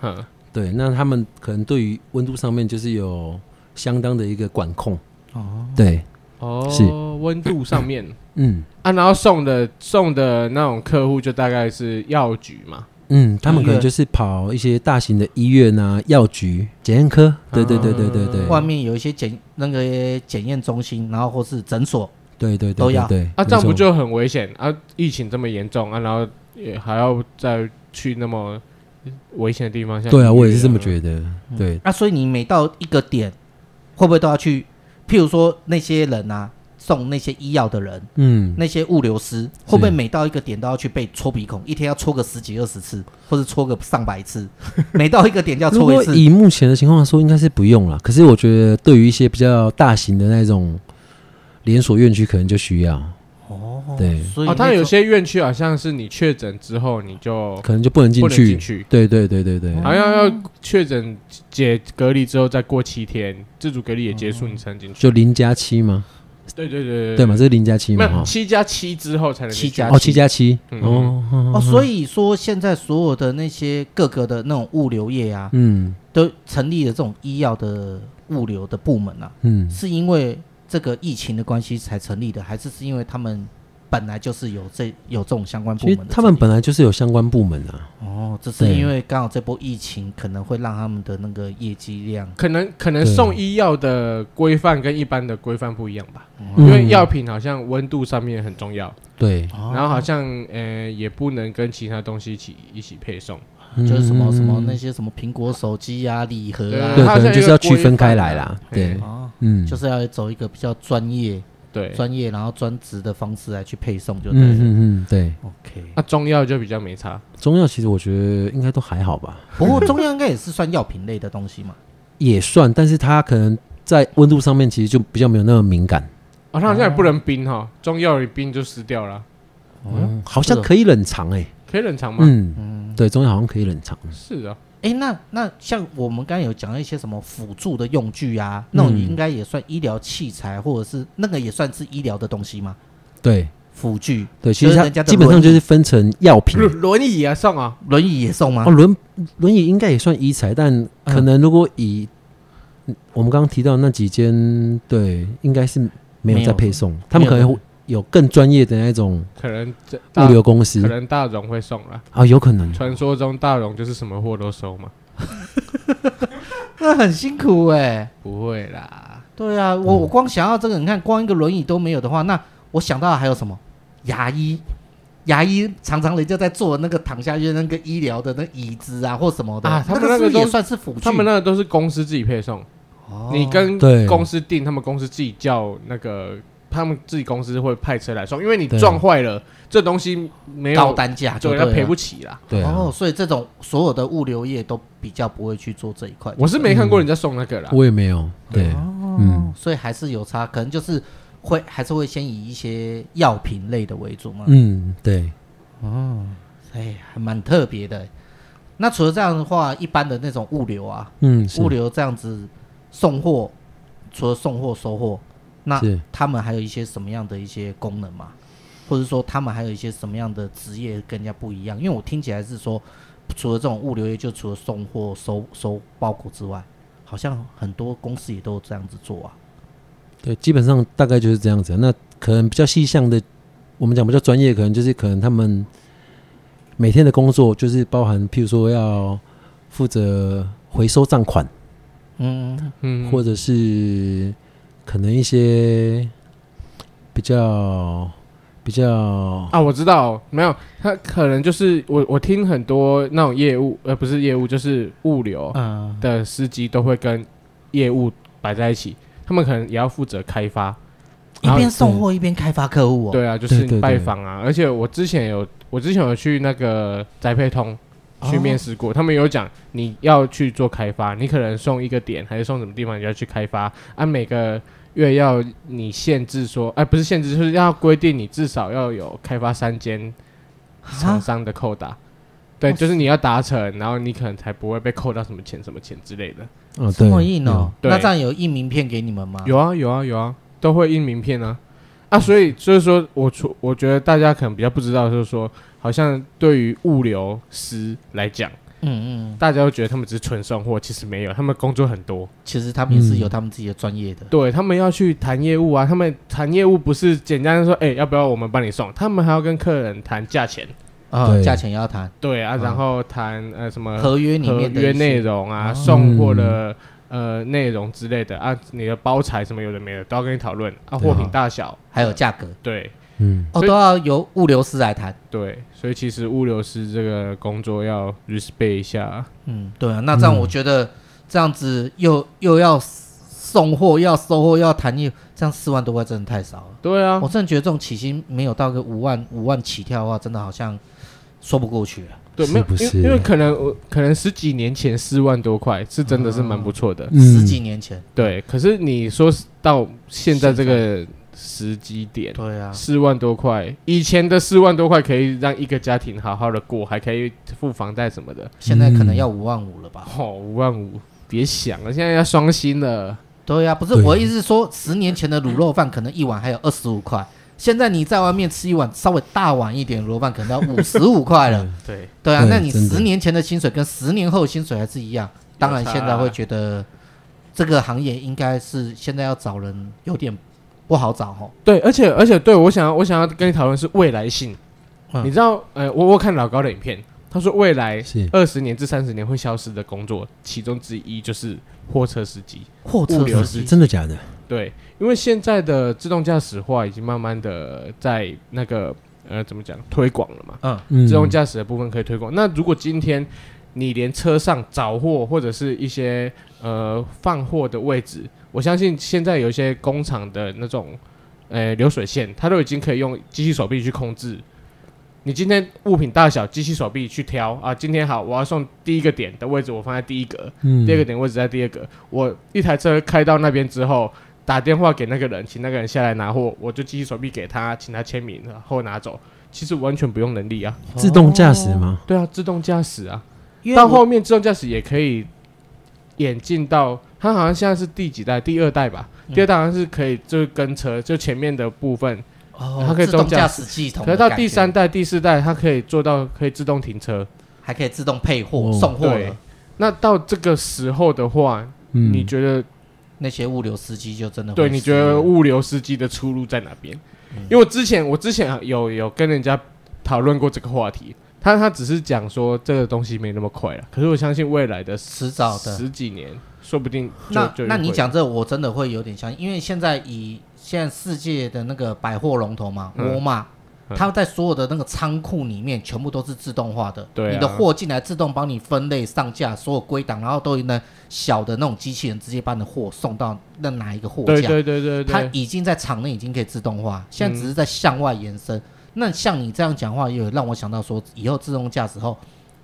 S1: 哼，
S3: 对，那他们可能对于温度上面就是有相当的一个管控。
S2: 哦，
S3: 对，是
S1: 哦，温度上面
S3: 嗯
S1: 啊，然后送的送的那种客户就大概是药局嘛，
S3: 嗯，他们可
S2: 医
S3: 能
S2: 院
S3: 就是跑一些大型的医院啊、药局、检验科。对对对对对对，
S2: 外面有一些检那个检验中心，然后或是诊所，
S3: 对对对
S2: 都
S3: 对
S2: 要
S3: 对，
S1: 啊，
S3: 没
S1: 这样
S3: 错
S1: 不就很危险啊？疫情这么严重啊，然后也还要再去那么危险的地方。像
S3: 对
S1: 医
S3: 啊，
S1: 院
S3: 我也是这么觉得。对，
S2: 啊，所以你每到一个点，会不会都要去？譬如说那些人啊，送那些医药的人，
S3: 嗯，
S2: 那些物流师，会不会每到一个点都要去被戳鼻孔？一天要戳个十几二十次，或者戳个上百次？每到一个点就要
S3: 嗯如
S2: 戳
S3: 果
S2: 一次？
S3: 以目前的情况来说，应该是不用了。可是我觉得，对于一些比较大型的那种连锁院区，可能就需要，
S2: 哦，
S3: 对
S2: 所以
S1: 哦，他
S2: 那
S1: 有
S2: 种
S1: 些院区好像是你确诊之后你就
S3: 可能就不能进
S1: 不能
S3: 去
S1: 进。去，
S3: 对对对对对，
S2: 啊
S1: 好像要确诊解隔离之后再过七天，自主隔离也结束你才能进去。
S3: 就零加七嘛，
S1: 对对对
S3: 对嘛，这是零加七
S1: 没
S3: 嘛，
S1: 有
S3: 哈，
S1: 七加七之后才能进去
S2: 七加
S3: 哦，七加七，
S1: 嗯
S3: 哦
S2: 哦，所以说现在所有的那些各个的那种物流业啊，
S3: 嗯
S2: 都成立了这种医药的物流的部门啊，
S3: 嗯，
S2: 是因为这个疫情的关系才成立的，还是是因为他们本来就是有这有这种相关部
S3: 其
S2: 门
S3: 实
S2: 的成立？
S3: 他们本来就是有相关部门啊，
S2: 哦，只是因为刚好这波疫情可能会让他们的那个业绩量，
S1: 可能可能
S3: 对
S1: 送医药的规范跟一般的规范不一样吧，
S3: 嗯
S1: 因为啊药品好像温度上面很重要，
S3: 对，
S2: 哦
S1: 然后好像呃也不能跟其他东西一起一起配送，
S2: 就是什么什么
S3: 嗯
S2: 那些什么苹果手机啊、礼盒
S1: 对
S3: 对，
S2: 啊，
S1: 它
S3: 可
S1: 好像
S3: 能就是
S1: 有一
S3: 要
S1: 个
S3: 区分
S1: 规范
S3: 开来
S1: 啊
S3: 啦，
S1: 嘿
S3: 对，
S2: 哦，
S3: 嗯，
S2: 就是要走一个比较专业、
S1: 对，
S2: 专业然后专职的方式来去配送就
S3: 嗯
S2: 对了。
S3: 嗯嗯，对，
S2: OK，
S1: 那中药就比较没差，
S3: 中药其实我觉得应该都还好吧，
S2: 不过中药应该也是算药品类的东西嘛。
S3: 也算，但是它可能在温度上面其实就比较没有那么敏感，
S1: 哦，它好像也不能冰哈，中药你冰就湿掉了，
S3: 嗯，好像
S2: 是哦
S3: 可以冷藏哎，
S1: 可以冷藏吗？
S3: 嗯，对，中药好像可以冷藏，
S1: 是啊，
S2: 诶，那那像我们刚才有讲到一些什么辅助的用具啊，那种
S3: 嗯
S2: 应该也算医疗器材，或者是那个也算是医疗的东西吗？
S3: 对
S2: 辅具，
S3: 对，其
S2: 就
S3: 实
S2: 是
S3: 它
S2: 人家的
S3: 基本上
S2: 轮椅
S3: 就是分成药品。
S1: 轮轮椅啊送啊，
S2: 轮椅也送吗
S3: 哦，？轮轮椅应该也算医材，但可能如果以、嗯我们刚刚提到那几间，对，应该是没有
S2: 没
S3: 在
S2: 有
S3: 配送，他们可能
S2: 没有
S3: 会有更专业的那种
S1: 可能这
S3: 物
S1: 大
S3: 流公
S1: 可
S3: 司
S1: 能大荣会送啦。
S3: 啊，有可能。
S1: 传说中大荣就是什么货都收嘛，
S2: 那很辛苦哎、
S1: 不会啦，
S2: 对啊，
S1: 嗯
S2: 我我光想要这个，你看光一个轮椅都没有的话，那我想到的还有什么？牙医，牙医常常人家在做那个躺下去的那个医疗的那椅子啊或什么的
S1: 啊他们
S2: 那
S1: 那个
S2: 是不是也
S1: 都
S2: 算是辅具？
S1: 他们那都是公司自己配送。
S2: 哦
S1: 你跟
S3: 对
S1: 公司订，他们公司自己叫那个，他们自己公司会派车来送，因为你
S3: 对
S1: 撞坏了，这东西没
S2: 高
S1: 有，
S2: 单价啊就
S1: 对，
S2: 对
S1: 他
S2: 了
S1: 赔不起啦。
S3: 对啊、
S2: 哦，所以这种所有的物流业都比较不会去做这一块。
S1: 我是没看过人家送那个啦，
S3: 我也没有。对， 음.
S2: 哦，所以还是有差，可能就是会还是会先以一些药品类的为主嘛。
S3: 嗯，对，
S2: 哎，还蛮特别的。那除了这样的话，一般的那种物流啊，
S3: 嗯，是
S2: 物流这样子送货，除了送货收货，那
S3: 是
S2: 他们还有一些什么样的一些功能嘛？或者说他们还有一些什么样的职业跟人家不一样？因为我听起来是说，除了这种物流业，就除了送货收收包裹之外，好像很多公司也都这样子做啊。
S3: 对，基本上大概就是这样子。那可能比较细项的，我们讲比较专业，可能就是可能他们每天的工作就是包含，譬如说要负责回收账款。
S2: 嗯，
S1: 嗯，
S3: 或者是可能一些比较比较
S1: 啊，我知道，没有，他可能就是我我听很多那种业务，呃，不是业务，就是物流
S2: 嗯
S1: 的司机都会跟业务摆在一起，他们可能也要负责开发，
S2: 一边送货一边开发客户哦。
S1: 嗯对啊，就
S3: 对
S1: 是
S3: 对对
S1: 拜访啊。而且我之前有，我之前有去那个宅配通
S3: 哦
S1: 去面试过，他们有讲你要去做开发，你可能送一个点还是送什么地方，你就要去开发。按、每个月要你限制说，哎、不是限制，就是要规定你至少要有开发三间厂
S2: 啊，哦
S1: 商的扣打。对，就是你要达成，然后你可能才不会被扣到什么钱、什么钱之类的。
S3: 啊，
S2: 这
S3: 对，
S2: 么硬哦。
S1: 对
S2: 那这样有印名片给你们吗？
S1: 有啊，有啊，有啊，都会印名片啊。啊，所以所以说我除我觉得大家可能比较不知道，就是说，好像对于物流师来讲，
S2: 嗯嗯，
S1: 大家都觉得他们只是纯送货，其实没有，他们工作很多，
S2: 其实他们也是有他们自己的专业的。
S1: 嗯对他们要去谈业务啊，他们谈业务不是简单的说，哎、要不要我们帮你送，他们还要跟客人谈价钱，
S2: 啊，
S3: 对
S2: 价钱也要谈，
S1: 对啊，
S2: 嗯
S1: 然后谈呃什么
S2: 合约里
S1: 合
S2: 面的一
S1: 约
S2: 些
S1: 内容啊，
S2: 哦
S1: 送货的呃内容之类的啊，你的包材什么有的没的都要跟你讨论啊，
S3: 对
S1: 货品
S2: 啊
S1: 大小
S2: 还有价格。
S1: 对，
S3: 嗯，
S2: 哦，
S1: 所以
S2: 都要由物流师来谈。
S1: 对，所以其实物流师这个工作要 respect 一下，
S2: 嗯，对啊，那这样我觉得这样子又又要送货，又要收货，又要谈业，这样四万多块真的太少了。
S1: 对啊
S2: 我，真的觉得这种起薪没有到个五万五万起跳的话，真的好像说不过去啊。
S1: 对，
S3: 是
S1: 没有，
S3: 不
S1: 因为
S3: 是
S1: 因为可能我可能十几年前四万多块是真的是蛮不错的，
S3: 嗯
S2: 十几年前，
S1: 对。可是你说是到现在这个时机点，
S2: 对啊，
S1: 四万多块，以前的四万多块可以让一个家庭好好的过，还可以付房贷什么的。
S2: 现在可能要五万五了吧？
S1: 哦，五万五，别想了，现在要双薪了。
S2: 对呀、不是
S3: 对
S2: 我的意思是说，十年前的卤肉饭可能一碗还有二十五块，现在你在外面吃一碗稍微大碗一点的卤肉饭，可能要五十五块了。
S1: *laughs* 对，
S2: 对啊，
S3: 对
S2: 那你
S3: 真的
S2: 十年前的薪水跟十年后的薪水还是一样，当然
S1: 有差啊
S2: 现在会觉得这个行业应该是现在要找人有点不好找哦。
S1: 对，而且而且，对我想要我想要跟你讨论是未来性。
S2: 嗯
S1: 你知道，呃，我我看老高的影片，他说未来
S3: 是
S1: 二十年至三十年会消失的工作，其中之一就是货车司机。
S2: 货
S1: 物
S2: 车
S1: 流
S2: 司机
S3: 真的假的？
S1: 对，因为现在的自动驾驶化已经慢慢的在那个呃怎么讲推广了嘛，
S2: 嗯，
S3: 嗯，
S1: 自动驾驶的部分可以推广。那如果今天你连车上找货或者是一些呃放货的位置，我相信现在有一些工厂的那种呃流水线，它都已经可以用机器手臂去控制。你今天物品大小，机器手臂去挑啊。今天好，我要送第一个点的位置，我放在第一格；
S3: 嗯
S1: 第二个点位置在第二格。我一台车开到那边之后，打电话给那个人，请那个人下来拿货，我就机器手臂给他，请他签名，然后拿走。其实完全不用能力啊，
S3: 自动驾驶吗？
S1: 对啊，自动驾驶啊，
S2: 因为
S1: 到
S2: 我
S1: 后面自动驾驶也可以演进到，它好像现在是第几代？第二代吧，
S2: 嗯
S1: 第二代好像是可以就是跟车，就前面的部分，
S2: 哦
S1: 它可以
S2: 自动
S1: 自动驾
S2: 驾
S1: 驶
S2: 驶系统
S1: 可
S2: 的
S1: 是
S2: 感觉，
S1: 到第三代、第四代，它可以做到可以自动停车。
S2: 还可以自动配货、
S3: 哦
S2: 送货
S1: 对
S2: 了，
S1: 那到这个时候的话，
S3: 嗯，
S1: 你觉得
S2: 那些物流司机就真的会
S1: 对？你
S2: 死
S1: 觉得
S2: 了
S1: 物流司机的出路在哪边？因为我之前我之前有有跟人家讨论过这个话题，他他只是讲说这个东西没那么快了，可是我相信未来的
S2: 迟早的
S1: 十几年，说不定就
S2: 那
S1: 就
S2: 那你
S1: 会
S2: 讲这我真的会有点相信，因为现在以现在世界的那个百货龙头嘛，
S1: 嗯
S2: 沃尔玛，
S1: 嗯
S2: 它在所有的那个仓库里面全部都是自动化的，
S1: 对啊
S2: 你的货进来自动帮你分类上架，所有归档，然后都有那小的那种机器人直接把你的货送到那哪一个货架，
S1: 对对对对
S2: 它
S1: 对，
S2: 已经在场内已经可以自动化，现在只是在向外延伸。那像你这样讲话，也有让我想到说，以后自动驾驶后，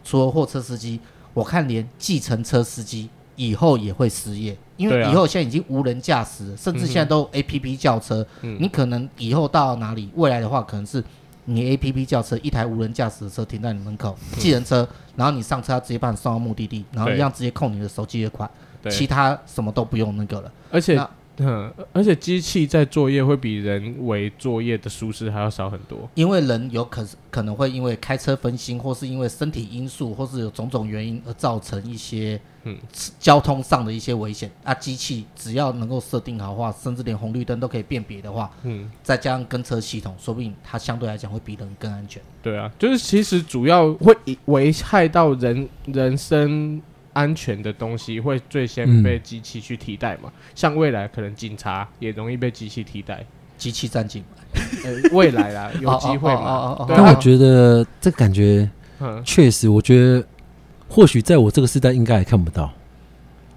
S2: 除了货车司机，我看连计程车司机以后也会失业，因为
S1: 对啊
S2: 以后现在已经无人驾驶了，甚至现在都 A P P 叫车，
S1: 嗯
S2: 你可能以后到哪里，未来的话可能是。你 A P P 叫车，一台无人驾驶的车停在你门口，计程车，然后你上车，它直接把你送到目的地，然
S1: 嗯
S2: 后
S1: 对
S2: 一样直接扣你的手机的款，其
S1: 对，
S2: 他什么都不用那个了。
S1: 而且
S2: 那
S1: 嗯，而且机器在作业会比人为作业的舒适还要少很多。
S2: 因为人有可可能会因为开车分心，或是因为身体因素，或是有种种原因而造成一些
S1: 嗯
S2: 交通上的一些危险。啊，机器只要能够设定好的话，甚至连红绿灯都可以辨别的话，
S1: 嗯，
S2: 再加上跟车系统，说不定它相对来讲会比人更安全。
S1: 对啊，就是其实主要会以危害到人人身安全的东西，会最先
S3: 嗯
S1: 被机器去替代嘛。像未来可能警察也容易被机器替代，
S2: 机器战警，
S1: 呃，未来啦，有机会
S2: 哦哦哦哦
S1: 嘛
S2: 哦？
S1: 对
S3: 但我
S1: 啊，
S3: 觉得这感觉
S1: 嗯，
S3: 确实，我觉得或许在我这个时代应该也看不到。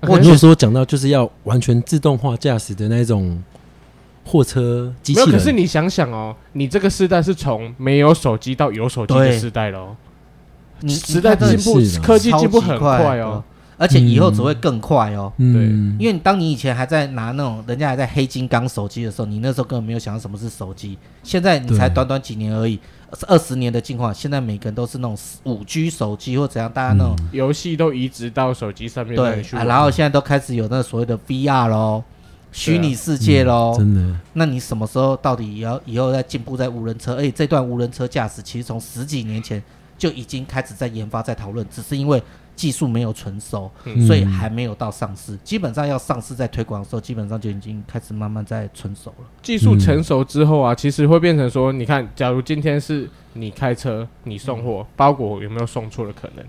S1: 可能
S3: 如果说讲到就是要完全自动化驾驶的那种货车机
S1: 没有，
S3: 器
S1: 可是
S3: 人，
S1: 你想想哦，你这个时代是从没有手机到有手机的
S2: 对
S1: 时代喽。
S2: 你
S1: 时代进步
S3: 也是，啦
S1: 科技进步很快
S2: 快
S1: 哦。，
S2: 而且以后只会更快哦。
S3: 嗯，
S2: 因为当你以前还在拿那种人家还在黑金刚手机的时候，你那时候根本没有想到什么是手机。现在你才
S3: 对
S2: 短短几年而已，二十年的进化，现在每个人都是那种五 G 手机或怎样，大家那种、
S1: 游戏都移植到手机
S3: 嗯
S1: 上面让
S2: 对
S1: 你、去
S2: 啊
S1: 玩
S2: 然后现在都开始有那所谓的 VR 喽，虚拟世界喽。
S3: 嗯真的，
S2: 那你什么时候到底也要以后再进步在无人车？而哎且这段无人车驾驶其实从十几年前就已经开始在研发在讨论，只是因为技术没有成熟，
S1: 嗯
S2: 所以还没有到上市。基本上要上市在推广的时候，基本上就已经开始慢慢在成熟了。
S1: 技术成熟之后啊，其实会变成说，你看，假如今天是你开车，你送货，包裹有没有送错的可能，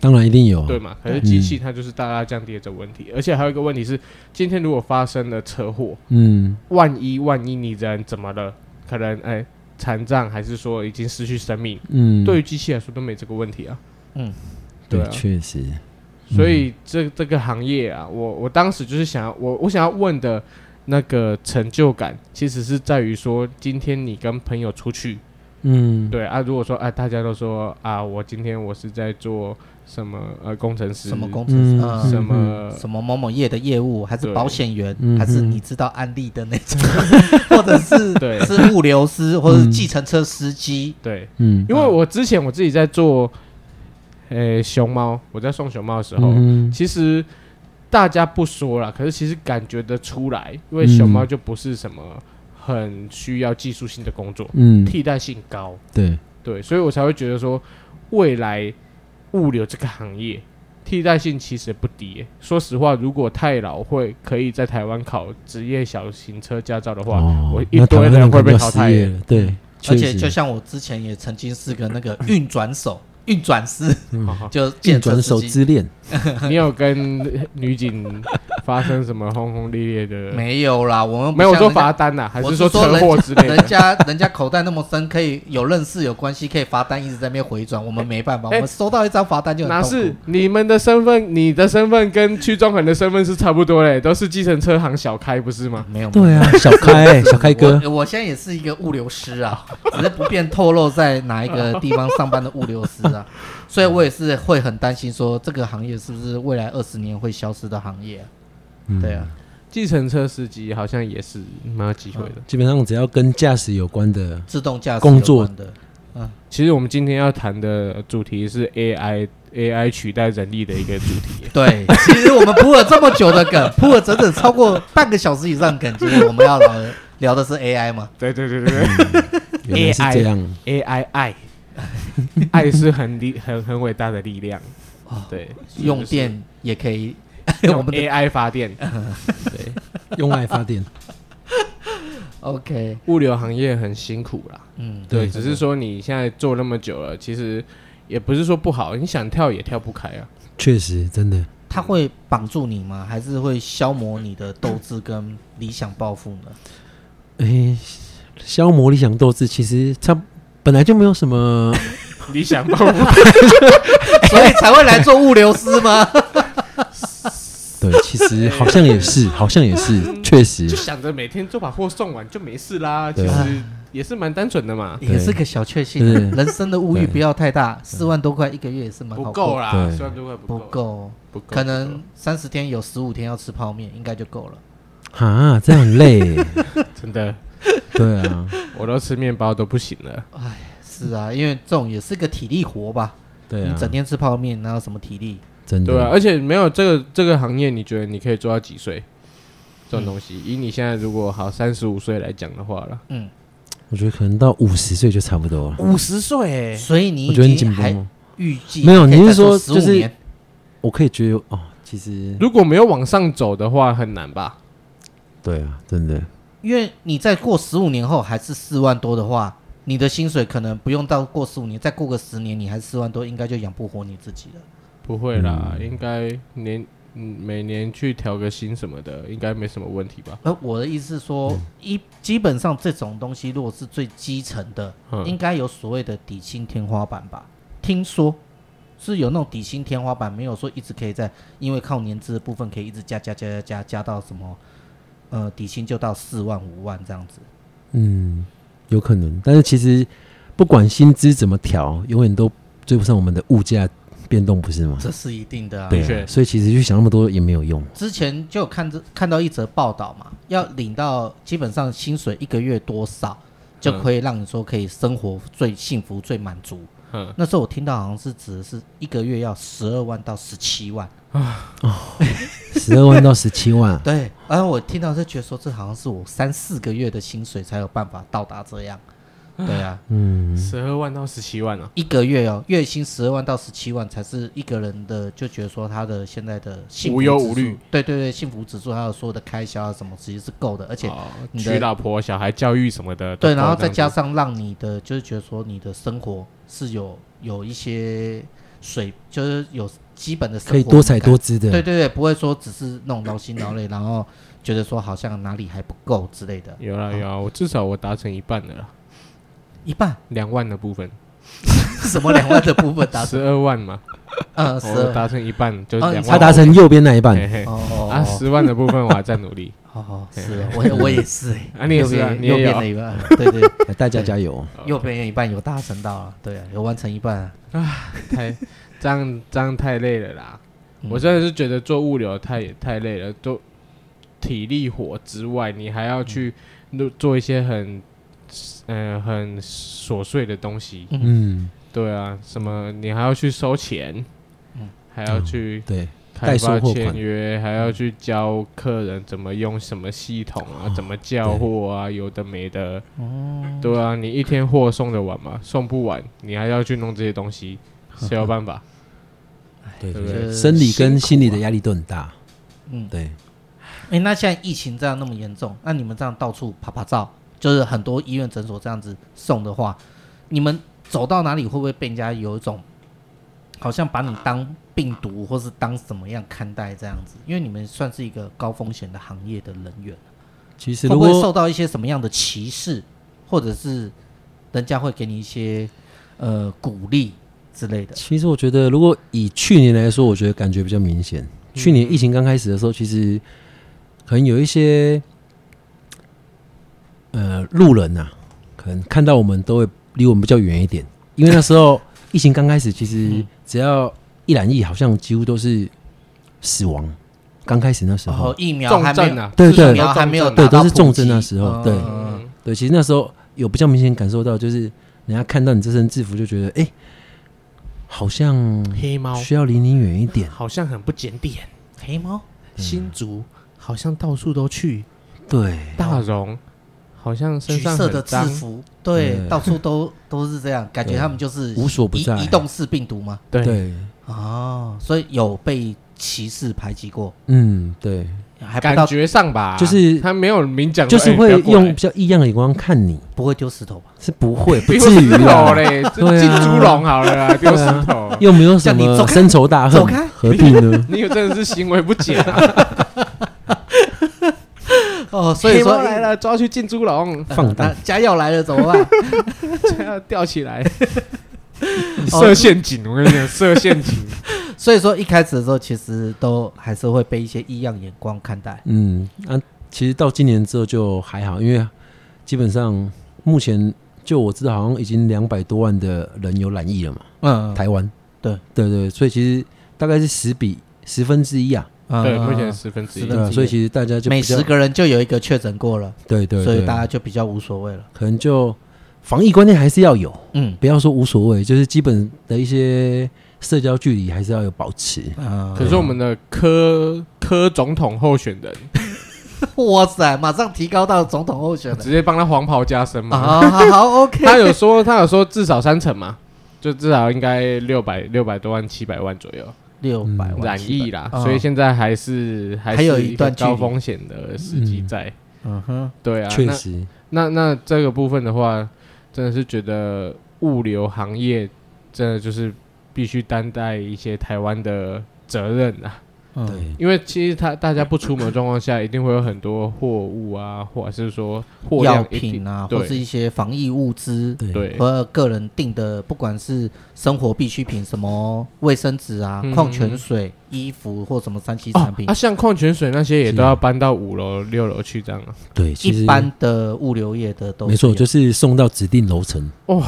S3: 当然一定有啊，
S1: 对嘛？可是机器它就是大大降低了这个问题，而且还有一个问题是，今天如果发生了车祸，
S3: 嗯，
S1: 万一万一你人怎么了，可能哎残障，还是说已经失去生命，
S3: 嗯，
S1: 对于机器来说都没这个问题啊。
S2: 嗯，
S1: 对
S3: 对，
S1: 啊。
S3: 确实，
S1: 所以这这个行业啊，我我当时就是想要我我想要问的那个成就感，其实是在于说，今天你跟朋友出去，
S3: 嗯，
S1: 对啊，如果说啊大家都说啊，我今天我是在做什么呃工程师，
S2: 什么工程师？
S3: 嗯
S2: 呃
S1: 什么
S2: 什么某某业的业务，还是
S1: 对嗯
S2: 保险员
S3: 嗯，哼
S2: 还是你知道安利的那种， *laughs* 或者是
S1: 对
S2: 是物流师，或者是
S3: 嗯
S2: 计程车司机，
S1: 对，
S3: 嗯，
S1: 因为我之前我自己在做，呃熊猫，我在送熊猫的时候，
S3: 嗯
S1: 其实大家不说啦，可是其实感觉得出来，因为
S3: 嗯
S1: 熊猫就不是什么很需要技术性的工作，
S3: 嗯，
S1: 替代性高，
S3: 对，
S1: 对，所以我才会觉得说，未来物流这个行业替代性其实不低耶、说实话，如果太老会可以在台湾考职业小型车驾照的话，
S3: 哦
S1: 我一
S3: 那台
S1: 堆
S3: 湾
S1: 人
S3: 人
S1: 会
S3: 可
S1: 被
S3: 能
S1: 淘
S3: 就失
S1: 汰
S3: 业
S1: 耶、
S3: 了，对，
S2: 而
S3: 确
S2: 且就
S3: 实，
S2: 像我之前也曾经是个那个运转手、运转师，
S1: 好好
S2: 就
S3: 运
S2: 建
S3: 转
S2: 设
S3: 手
S2: 司机。
S3: 之恋，
S1: *laughs* 你有跟女警发生什么轰轰烈烈的？
S2: *laughs* 没有啦，我们不
S1: 没有我
S2: 像
S1: 说
S2: 人家
S1: 罚单呐、啊还
S2: 我
S1: 是
S2: 是
S1: 说
S2: 说
S1: 车祸之类
S2: *laughs* 人
S1: 的？
S2: 家人家口袋那么深，可以有认识有关系，可以罚单一直在那边回转，我们没办法，
S1: 哎
S2: 我们收到一张罚单就
S1: 哪
S2: 很痛
S1: 是
S2: 苦。
S1: 你们的身份？你的身份跟屈中恒的身份是差不多嘞，都是计程车行小开，不是吗？
S2: 没有，
S3: 对啊， *laughs* 小开，小开
S2: *laughs*
S3: 哥，
S2: 我我现在也是一个物流师啊，只是不便透露在哪一个地方上班的物流师
S1: *laughs*
S2: 啊，所以我也是会很担心说这个行业是不是未来二十年会消失的行业、
S3: 嗯
S2: 对啊，
S1: 计程车司机好像也是蛮有机会的。
S3: 基本上只要跟驾驶有关的，
S2: 自动驾驶
S3: 工作
S2: 有关的，。
S1: 其实我们今天要谈的主题是 AI AI 取代人力的一个主题
S2: 对，其实我们铺了这么久的梗，铺了整整超过半个小时以上的梗，结果我们要聊的 *laughs* 聊的是 AI 嘛？
S1: *laughs* 对对对对
S3: 嗯原来是
S1: AI
S3: 这样，
S1: 对，AI 爱 *laughs* 爱是很力很很伟大的力量。对，
S2: 用电也可以，
S1: 就是
S2: 我
S1: 用
S2: 们的
S1: AI 发 *laughs* 电，
S3: 对，用爱发电，
S2: OK，
S1: 物流行业很辛苦啦。
S2: 嗯，
S1: 对，
S3: 对
S1: 只是说你现在做那么久了，其实也不是说不好，你想跳也跳不开
S3: *laughs*
S1: 啊。
S3: 确实真的，
S2: 它会绑住你吗？还是会消磨你的斗志跟理想抱负呢？
S3: 哎，消磨理想斗志，其实差本来就没有什么，
S1: 理想抱负，
S2: 所以才会来做物流师吗？
S3: 对，其实好像也是，好像也是，确实
S1: 就，想着每天就把货送完就没事啦。其
S3: 对
S1: 实也是蛮单纯的嘛，
S2: 也是个小确幸啊
S3: 对，
S2: 人生的物欲
S3: 对
S2: 不要太大，四万多块一个月也是蛮
S1: 不
S2: 好
S1: 够
S2: 过，
S1: 啦，
S3: 对
S1: 虽然都快不
S2: 不
S1: 够，
S2: 够，
S1: 不够，
S2: 可
S1: 不够
S2: 能三十天有十五天要吃泡面，应该就够了。
S3: 啊，这样很累，
S1: 真的，
S3: 对啊，
S1: 我都吃面包都不行了。
S2: 是啊，因为这种也是个体力活吧，
S3: 对
S2: 你
S3: 啊，
S2: 整天吃泡面，哪有什么体力？
S3: 真的，
S1: 对啊，而且没有这个这个行业，你觉得你可以做到几岁？这种东西，以你现在如果好三十五岁来讲的话了，
S2: 嗯，
S3: 我觉得可能到五十岁就差不多了。
S1: 五十岁
S2: 所以你
S3: 我觉得
S2: 已
S3: 你紧
S2: 经
S3: 绷
S2: 还
S3: 吗？
S2: 预计
S3: 没有
S2: 可以
S3: 你是
S2: 再做15
S3: 说就是
S2: 年
S3: 我可以觉得哦，其实
S1: 如果没有往上走的话，很难吧？
S3: 对啊，真的，
S2: 因为你再过十五年后还是四万多的话，你的薪水可能不用到过十五年，再过个十年，你还四万多，应该就养不活你自己了。
S1: 不会啦，
S2: 嗯
S1: 应该年嗯每年去调个薪什么的，应该没什么问题吧？
S2: 而我的意思是说，
S3: 嗯
S2: 一基本上这种东西，如果是最基层的，应
S1: 嗯，
S2: 该有所谓的底薪天花板吧？听说是有那种底薪天花板，没有说一直可以在，因为靠年资的部分可以一直加加加加加加到什么，呃，底薪就到四万五万这样子。
S3: 嗯，有可能。但是其实不管薪资怎么调，永远都追不上我们的物价变动，不是吗？
S2: 这是一定的啊。
S3: 对
S1: 的
S3: 啊、
S1: 确
S3: 所以其实去想那么多也没有用。
S2: 之前就有看这看到一则报道嘛，要领到基本上薪水一个月多少，就可以让你说可以生活最幸福、最满足。
S1: 嗯
S2: 那时候我听到好像是指的是一个月要十二万到十七万，
S3: 十二万到十七万啊，
S2: 对。然后我听到是觉得说这好像是我三四个月的薪水才有办法到达这样，对啊，
S3: 嗯，
S1: 十二万到十七万啊，
S2: 一个月哦，月薪十二万到十七万才是一个人的，就觉得说他的现在的幸福
S1: 无忧
S2: 指
S1: 无
S2: 数
S1: 虑，
S2: 对对对，幸福指数还有所有的开销啊什么，其实是够的，而且
S1: 哦
S2: 你的
S1: 娶老婆、小孩教育什么的，
S2: 对，然后再加
S1: 加
S2: 上让你的就是觉得说你的生活是有有一些水，就是有基本的生活
S3: 可以多彩
S2: 美感
S3: 多，姿的。
S2: 对对对，不会说只是那种劳心劳力，然后觉得说好像哪里还不够之类的。
S1: 有啦有啦，我至少我达成一半的啦。
S2: 一半
S1: 两万的部分，
S2: 什么两万的
S1: *laughs*
S2: 部分达成，
S1: 十二万嘛，
S2: 嗯，是
S1: 我达成哦一半就是
S2: 哦
S1: 两
S2: 你
S3: 他
S1: 万。
S3: 达成右边那一半，
S1: 嘿嘿
S2: 哦哦
S1: 啊，十万的部分我还在努力
S2: 哦哦，是哦，我我也是哎
S1: *laughs* ，啊，你也是啊，
S2: 右边
S1: 你
S2: 右
S1: 也
S2: 边
S1: 有
S2: 的一半，
S1: *laughs*
S2: 对对，
S3: 哎大家加油！
S1: 哦
S2: 右边一 *laughs* 半有达成到啊，对啊，有完成一半啊，
S1: 太这样这样太累了啦。
S2: 嗯
S1: 我真的是觉得做物流太太累了，都体力活之外，你还要去
S2: 嗯
S1: 录做一些很呃很琐碎的东西。
S3: 嗯，
S1: 对啊，什么你还要去收钱，
S2: 嗯
S1: 还要去
S3: 对，
S1: 开
S3: 代
S1: 发
S3: 收货款
S1: 签约，还要去教客人怎么用什么系统啊，怎么叫货啊，有的没的。对啊，你一天货送得完吗？送不完，你还要去弄这些东西，谁有办法？
S3: 对
S1: 对不
S3: 对
S1: 对
S3: 对，生理跟心理的压力都很大。
S2: 嗯
S3: 对，
S2: 哎，那现在疫情这样那么严重，那你们这样到处拍拍照，就是很多医院诊所这样子送的话，你们走到哪里会不会被人家有一种好像把你当病毒或是当怎么样看待这样子？因为你们算是一个高风险的行业的人员，
S3: 其实
S2: 会
S3: 如
S2: 不会
S3: 果
S2: 受到一些什么样的歧视，或者是人家会给你一些呃鼓励之类的？
S3: 其实我觉得，如果以去年来说，我觉得感觉比较明显。去年疫情刚开始的时候，其实可能有一些呃路人呐、可能看到我们都会离我们比较远一点，因为那时候疫情刚开始，其实只要一染疫，好像几乎都是死亡。刚开始那时
S2: 然
S3: 候，
S2: 后哦疫苗
S1: 重
S2: 还没
S1: 症
S2: 有，
S1: 啊，
S3: 对
S1: 至少
S3: 对
S1: 要重
S2: 还没有
S1: 症啊
S2: 打
S3: 对，
S2: 到
S3: 都是重
S2: 普及
S3: 症那时候，对
S2: 嗯
S3: 对，其实那时候有比较明显感受到，就是人家看到你这身制服就觉得，哎、好像
S1: 黑猫
S3: 需要离你远一点。
S1: 好像很不检点，
S2: 黑猫
S1: 新竹好像到处都去，
S3: 对，
S1: 大荣好像身
S2: 橘
S1: 上
S2: 色
S1: 很
S2: 的制
S1: 脏，
S2: 服，对，
S3: 对
S2: 到处都都是这样，感觉
S3: 对
S2: 他
S1: *laughs*
S2: 们就是
S3: 无所不
S2: 移
S3: 在
S2: 移动式病毒吗？
S1: 对
S3: 对，
S2: 哦，所以有被歧视排挤过，
S3: 嗯，对，
S2: 还不
S1: 感
S2: 到
S1: 觉上吧，
S3: 就是
S1: 他没有明讲说，
S3: 就是
S1: 哎
S3: 会
S1: 不要过来
S3: 用比较异样的眼光看你，
S2: 不会丢石头吧？
S3: 是不
S2: *laughs*
S3: 会，不
S1: 丢
S3: 至于
S1: 石头
S3: 啦，
S1: 嘞，
S3: 对
S1: 进
S3: 啊
S1: 猪笼好了啦，丢石
S3: 对啊
S1: 头。
S3: 又没有什
S2: 叫你走
S3: 么
S2: 开
S3: 深仇大恨
S2: 走开，
S3: 何必
S2: *laughs*
S1: *laughs*
S3: 呢？
S1: 你有真的是行为不检、啊， *laughs*
S2: 哦，所以
S1: 黑
S2: 说
S1: 猫
S2: *laughs*
S1: 来了，哎抓去进猪笼， *laughs*
S2: 呃
S3: 放荡
S2: 那家药来了怎么办？
S1: 要吊起 *laughs* 来，设陷阱。我跟你讲，设陷阱，
S2: 所以说一开始的时候，其实都还是会被一些异样眼光看待。
S3: 嗯，啊，其实到今年之后就还好，因为基本上目前就我知道，好像已经两百多万的人有染疫了嘛，
S2: 嗯，
S3: 台湾，
S2: 对
S3: 对对，所以其实大概是十比十分之一啊，
S2: 嗯
S1: 对，目
S2: 嗯
S1: 前十分之
S2: 十
S1: 一
S2: 分
S3: 对。啊，
S2: 之一
S3: 所以其实大家就比
S2: 每
S3: 较
S2: 十个人就有一个确诊过了，
S3: 对对，
S2: 所以
S3: 对
S2: 大家就比较无所谓了。
S3: 可能就防疫观念还是要有，
S2: 嗯
S3: 不要说无所谓，就是基本的一些社交距离还是要有保持。
S2: 嗯，
S1: 可是我们的柯柯总统候选人，
S2: *laughs* 嗯哇塞，马上提高到总统候
S1: *laughs*
S2: 选人
S1: 直接帮他黄袍加身嘛？
S2: 啊！好好，OK，
S1: *laughs* 他有说，他有说至少三成嘛，就至少应该六百六百多万、七百万左右
S2: 六百万
S1: 染疫啦，
S2: 嗯
S1: 所以现在还是还
S2: 还
S1: 是
S2: 有一
S1: 个
S2: 段距离
S1: 高风险的时机在。
S2: 嗯哼，
S1: 对啊，
S3: 确
S1: 那
S3: 实，
S1: 那那这个部分的话，真的是觉得物流行业真的就是必须担待一些台湾的责任啊，
S2: 嗯，
S3: 对，
S1: 因为其实他大家不出门的状况下，一定会有很多货物啊，或者是说货
S2: 药
S1: 量一定
S2: 品啊，
S1: 对
S2: 或是一些防疫物资，
S3: 对
S1: 对
S2: 和个人订的，不管是生活必需品，什么卫生纸啊
S1: 嗯、
S2: 矿泉水、衣服或什么三 C
S1: 哦
S2: 产品啊
S1: 啊，，像矿泉水那些也都
S3: 是
S1: 要搬到五楼、六楼去这样啊，
S3: 对，其实
S2: 一般的物流业的都
S3: 没错，
S2: 是有
S3: 就是送到指定楼层。
S1: 哇，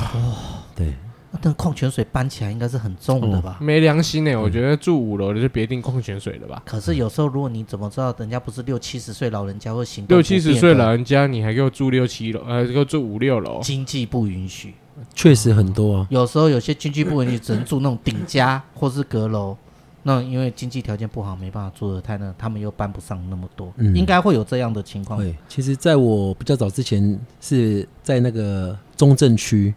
S3: 对，
S2: 但矿泉水搬起来应该是很重的吧？
S1: 没良心欸呢、我觉得住五楼的就别订矿泉水了吧。
S2: 可是有时候，如果你怎么知道人家不是六七十岁老人家会行动
S1: 六
S2: 嗯不便
S1: 七
S2: 的
S1: 十岁老人家，你还给我住六七楼，呃，给我住五六楼，
S2: 经济不允许，
S3: 确实很多啊。
S2: 有时候有些经济不允许，只能住那种顶家 *laughs* 或是阁楼。那因为经济条件不好，没办法住的太那，他们又搬不上那么多，
S3: 嗯
S2: 应该会有这样的情况。
S3: 对，其实在我比较早之前是在那个中正区，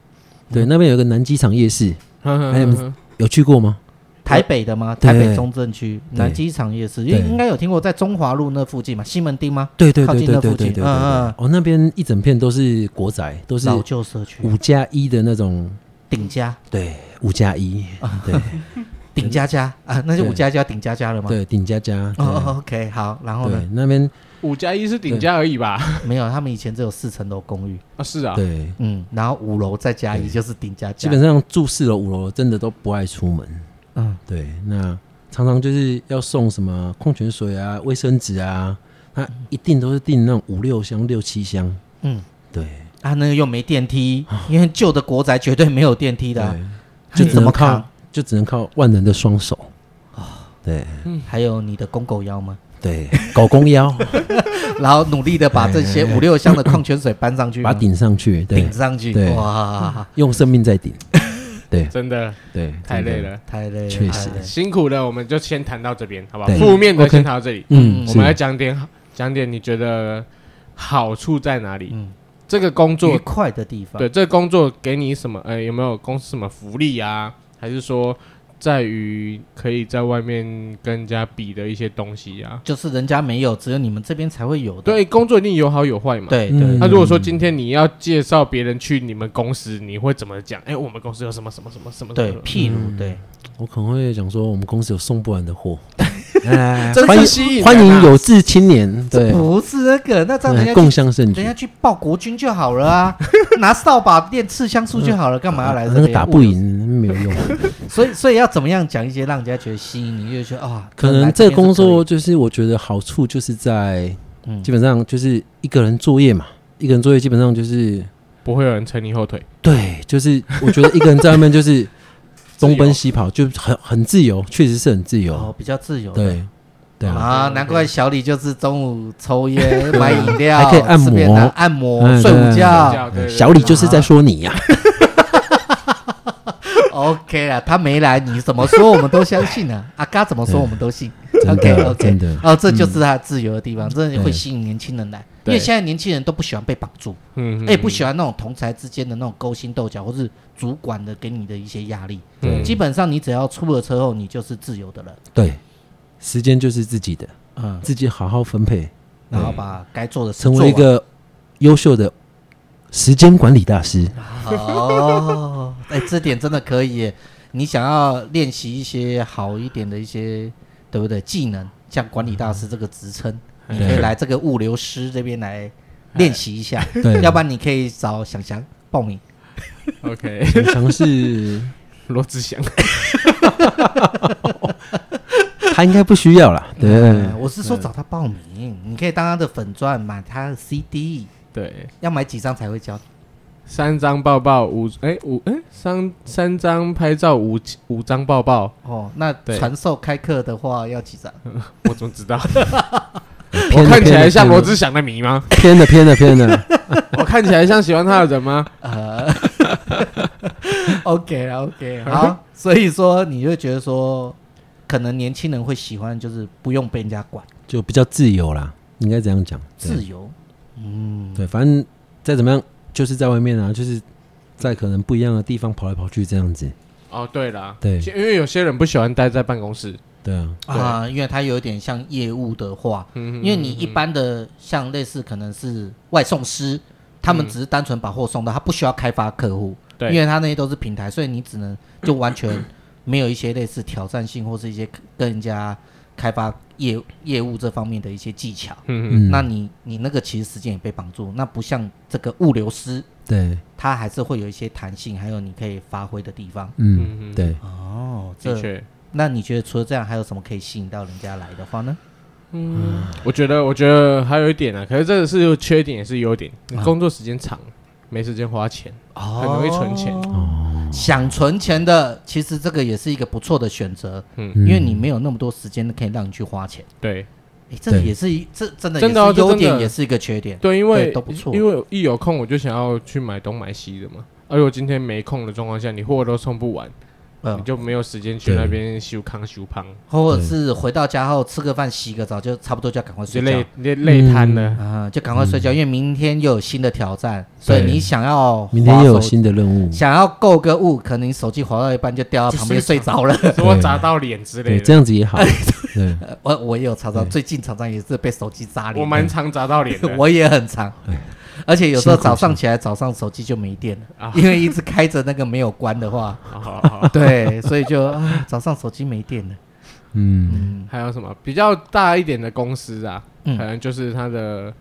S3: 对，那边有一个南机场夜市，还
S2: 哎
S3: 有有去过吗？
S2: 台北的吗？
S3: 对
S2: 台北中正区
S3: 对
S2: 南机场夜市，因为
S3: 对
S2: 应该有听过，在中华路那附近嘛，西门町吗？
S3: 对对
S2: 靠
S3: 对
S2: 近
S3: 对
S2: 那
S3: 对对
S2: 附
S3: 对
S2: 近
S3: 对对。
S2: 嗯嗯
S3: 哦，那边一整片都是国宅，都是
S2: 老旧社区
S3: 五加一的那种，
S2: 顶家，
S3: *laughs* 对，五加一，对，
S2: 顶加加啊，那就五加加顶加加了吗？
S3: 对，顶加加，对
S2: 哦，OK，好，然后呢
S3: 对，？那边
S1: *laughs* 五加一是顶加而已吧？
S2: 没有，他们以前只有四层楼公寓，
S1: 啊，是啊，
S3: 对，
S2: 嗯，然后五楼再加一就是顶加加，
S3: 基本上住四楼、五楼真的都不爱出门。
S2: 嗯，
S3: 对，那常常就是要送什么矿泉水啊、卫生纸啊，那一定都是订那种五六箱、六七箱。
S2: 嗯，
S3: 对，
S2: 啊，那个又没电梯，因为旧的国宅绝对没有电梯的啊，
S3: 对，就
S2: 你
S3: 只
S2: 怎么哦
S3: 能靠
S2: 扛？
S3: 就只能靠万能的双手。对
S2: 还有你的公狗腰
S3: *laughs*
S2: 吗？
S3: 对，狗
S2: *laughs*
S3: 公腰
S2: 嗯然后努力的把这些五六箱的矿泉水搬上去吗，
S3: 把它顶上去，对
S2: 顶，上去，
S3: 对嗯
S2: 哇，
S3: 用生命在顶。
S2: *laughs*
S3: 对
S1: 真的
S3: 对，
S1: 太累
S3: 真的。
S1: 了，
S2: 太累了，
S3: 确实
S2: 太累了
S1: 辛苦了，我们就先谈到这边，好不好？
S3: 对
S1: 负面的
S3: OK
S1: 先谈到这里，
S3: 嗯，
S1: 我们来
S3: 是
S1: 讲点讲点你觉得好处在哪里？
S2: 嗯
S1: 这个工作
S2: 愉快的地方，
S1: 对，这个工作给你什么？呃，有没有公司什么福利啊？还是说在于可以在外面跟人家比的一些东西啊？
S2: 就是人家没有，只有你们这边才会有的，
S1: 对，工作一定有好有坏嘛。。
S2: 对
S3: 嗯
S2: 对
S1: 那、如果说今天你要介绍别人去你们公司，你会怎么讲？哎、我们公司有什么什么什么什么？
S2: 对
S1: 什，么
S2: 譬如对，
S3: 我可能会讲说，我们公司有送不完的货。 *laughs* 哎
S1: 真
S3: 欢
S1: 是吸
S3: 迎
S1: 引人啊
S3: 欢迎有志青年，对，
S2: 不是那个，那这样人
S3: 哎
S2: 家
S3: 共
S2: 去
S3: 襄盛举
S2: 人。家去报国军就好了
S3: *laughs*
S2: 啊，拿扫把练刺香术就好了，干嘛要来这
S3: 啊那个
S2: 边
S3: 打不？赢没有
S2: *laughs*
S3: 用。
S2: 所以所以要怎么样讲一些让人家觉得吸引你，就觉得啊，
S3: 可
S2: 来
S3: 能
S2: 这边
S3: 这
S2: 是
S3: 工作就是我觉得好处就是在
S2: 嗯，
S3: 基本上就是一个人作业嘛，一个人作业基本上就是
S1: 不会有人扯你后腿。
S3: 对，就是我觉得一个人在外面就是东奔西
S2: *laughs*
S3: 跑，就很很自由，确实是很自
S2: 可以
S3: 由。
S2: 哦比较自由的，
S3: 对对啊，
S2: 啊，难怪小李就是中午抽烟、
S3: *laughs*
S2: 买饮料、
S3: 还可以按摩
S2: 吃便当按摩、
S3: 嗯
S2: 睡午
S1: 睡
S2: 觉
S1: 觉。对对对
S3: 小李就是在说你啊呀，
S2: OK 啦，他没来，你怎么说我们都相信
S3: *laughs*
S2: 啊。阿嘎怎么说我们都信。
S3: 真
S2: OK
S3: 的
S2: OK，
S3: 真的。嗯
S2: 哦，这就是他自由的地方，真的会
S3: 对
S2: 吸引年轻人来，因
S1: 对
S2: 为现在年轻人都不喜欢被绑住，
S1: 嗯，
S2: 哎也不喜欢那种同才之间的那种勾心斗角，或是主管的给你的一些压力。
S1: 嗯
S2: 基本上你只要出了车后，你就是自由的人，
S3: 对，时间就是自己的，
S2: 嗯，
S3: 自己好好分配，
S2: 然后把该做的事
S3: 成
S2: 做
S3: 为一
S2: 完
S3: 个优秀的时间管理大师。
S2: 哦，哎，这点真的可以耶。你想要练习一些好一点的一些，对不对？技能，像管理大师这个职称，你可以
S3: 对
S2: 来这个物流师这边来练习一下。
S3: 对，
S2: *laughs* 要不然你可以找想想报名。
S1: OK， *laughs*
S3: 然尝试，
S1: 罗志祥，
S3: 他应该不需要
S1: *laughs*
S3: 啦。对
S2: 嗯，我是说找他报名，你可以当他的粉钻，买他的 CD，
S1: 对，
S2: 要买几张才会交？
S1: 三张抱抱，五哎五哎三三张拍照，五五张抱抱，
S2: 哦，那
S1: 对
S2: 传授开课的话要几张？
S1: 我怎么知道？ *laughs* 我
S3: 偏了
S1: 看起来像
S3: 偏了
S1: 罗志祥的迷吗？
S3: 偏了偏了偏了，
S1: *laughs* 我看起来像喜欢他的人吗？
S2: 呃，OK 啦，OK，好，所以说你就觉得说，可能年轻人会喜欢，就是不用被人家管，
S3: 就比较自由啦，应该这样讲。对
S2: 自由，嗯，
S3: 对，反正再怎么样，就是在外面啊，就是在可能不一样的地方跑来跑去这样子。
S1: 哦，对啦，
S3: 对
S1: 其因为有些人不喜欢待在办公室，
S3: 对啊，
S2: 啊，因为它有点像业务的话，
S1: 嗯
S2: 因为你一般的像类似可能是外送师，他们只是单纯把货送到，他不需要开发客户，
S1: 对
S2: 因为他那些都是平台，所以你只能就完全没有一些类似挑战性或是一些跟人家开发业业务这方面的一些技巧。
S1: 嗯
S3: 嗯，
S2: 那你你那个其实时间也被绑住，那不像这个物流师，
S3: 对，
S2: 它还是会有一些弹性，还有你可以发挥的地方。
S3: 嗯，
S1: 嗯，
S3: 对，
S2: 哦，
S1: 的
S2: 这
S1: 确，
S2: 那你觉得除了这样，还有什么可以吸引到人家来的话呢？
S1: 我觉得，我觉得还有一点啊，可是这个是缺点也是优点，你工作时间长，没时间花钱，
S2: 哦，
S1: 很容易存钱。
S2: 想存钱的，其实这个也是一个不错的选择，
S1: 嗯
S3: 嗯
S2: 因为你没有那么多时间可以让你去花钱。
S1: 对
S2: 哎，这
S3: 对
S2: 也是一这真的也
S1: 真
S2: 是
S1: 的哦这
S2: 优
S1: 真的
S2: 点，也是一个缺点。
S1: 对，因为
S2: 对都不错
S1: 因为一有空我就想要去买东买西的嘛。而我今天没空的状况下，你货都送不完，
S2: 嗯
S1: 你，就没有时间去
S3: 对
S1: 那边修康修胖，
S2: 或者是回到家后吃个饭、洗个澡，就差不多就要赶快
S1: 就
S2: 睡觉
S1: 累。累累瘫了。 *laughs*
S2: 啊、就赶快睡觉，
S3: 嗯
S2: 因为明天又有新的挑战，所以
S1: 对
S2: 你想要
S3: 明天
S2: 滑
S3: 又有
S2: 手
S3: 新的任务，
S2: 想要购个物，可能你手机滑到一半就掉到旁边
S1: 就睡
S2: 睡着
S3: *laughs*
S2: 了。
S1: 说我砸到脸之类
S3: 对，嗯这
S1: 的，
S3: 样子也好。对，
S2: 呃 *laughs* 我我也有常常最近常常也是被手机砸脸，
S1: 我蛮常砸到脸的。
S2: 我也很常。而且有时候
S3: 辛苦
S2: 早上起来，早上手机就没电了，因为一直开着那个没有关的
S3: *laughs*
S2: 话，
S1: 好好好，
S2: 对，所以就啊，早上手机没电了。
S3: 嗯，
S2: 嗯
S1: 还有什么比较大一点的公司啊？可
S2: 嗯，
S1: 能就是它的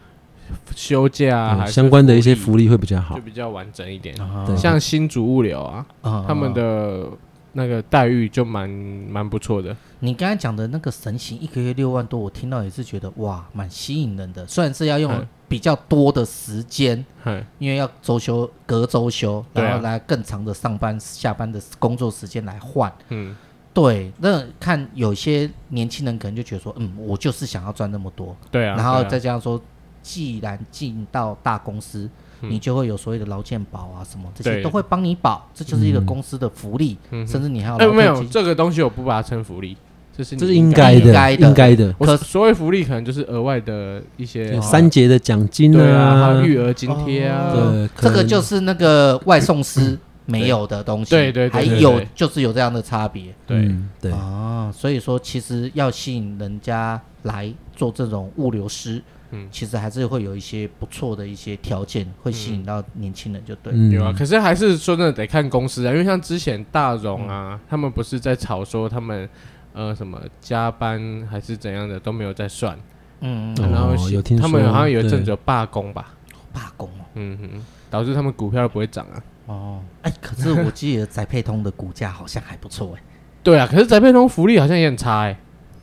S1: 休假啊，
S3: 对
S1: 还是
S3: 嗯相关的一些
S1: 福
S3: 福利会比较
S1: 利
S3: 好
S1: 就。比较完整一点。
S3: 对
S1: 像新竹物流啊，他
S3: 哦
S2: 他
S1: 们的那个待遇就蛮蛮不错的。
S2: 你刚才讲的那个神行一个月六万多，我听到也是觉得哇，蛮吸引人的。虽然是要用
S1: 嗯
S2: 比较多的时间，
S1: 哼，
S2: 因为要周休、隔周休，
S1: 对啊
S2: 然后来更长的上班、下班的工作时间来换。
S1: 嗯，
S2: 对，那看有些年轻人可能就觉得说，嗯，我就是想要赚那么多，
S1: 对啊。
S2: 然后
S1: 对啊
S2: 再加上说，既然进到大公司，
S1: 嗯
S2: 你就会有所谓的劳健保啊什么这些
S1: 对
S2: 都会帮你保，这就是一个公司的福利，
S1: 嗯
S2: 甚至你还有
S1: 哎，
S2: 劳
S1: 没有
S2: 退金
S1: 这个东西，我不把它称福利，这是你
S3: 这是应该
S2: 应
S3: 的，
S2: 该的
S3: 应该的。
S1: 我
S2: 可
S1: 所谓福利，可能就是额外的一些
S3: 对三节的奖金
S1: 啊对啊，还
S3: 啊
S1: 有，育儿津贴啊，
S3: 对，可
S2: 这个
S3: 能嗯
S2: 就是那个外送师 *clears throat* 没有的东西，
S1: 对对对
S2: 还
S1: 对
S2: 有
S1: 对
S2: 就是有这样的差别
S1: 对，
S3: 嗯对，
S2: 啊。所以说，其实要吸引人家来做这种物流师，
S1: 嗯
S2: 其实还是会有一些不错的一些条件，会吸引到年轻人，就对。
S3: 嗯
S1: 有啊。可是还是说真的得看公司啊，因为像之前大荣啊，他们不是在吵说他们呃什么加班还是怎样的都没有在算，
S2: 嗯，
S3: 哦
S1: 然后是
S3: 有听说
S1: 他们好像有一阵子有罢工吧，
S2: 罢工哦。
S1: 嗯哼，导致他们股票都不会涨啊。
S2: 哦，哎，可是我记得宅配通的股价好像还不错哎，
S1: 对啊，可是宅配通福利好像也很差哎、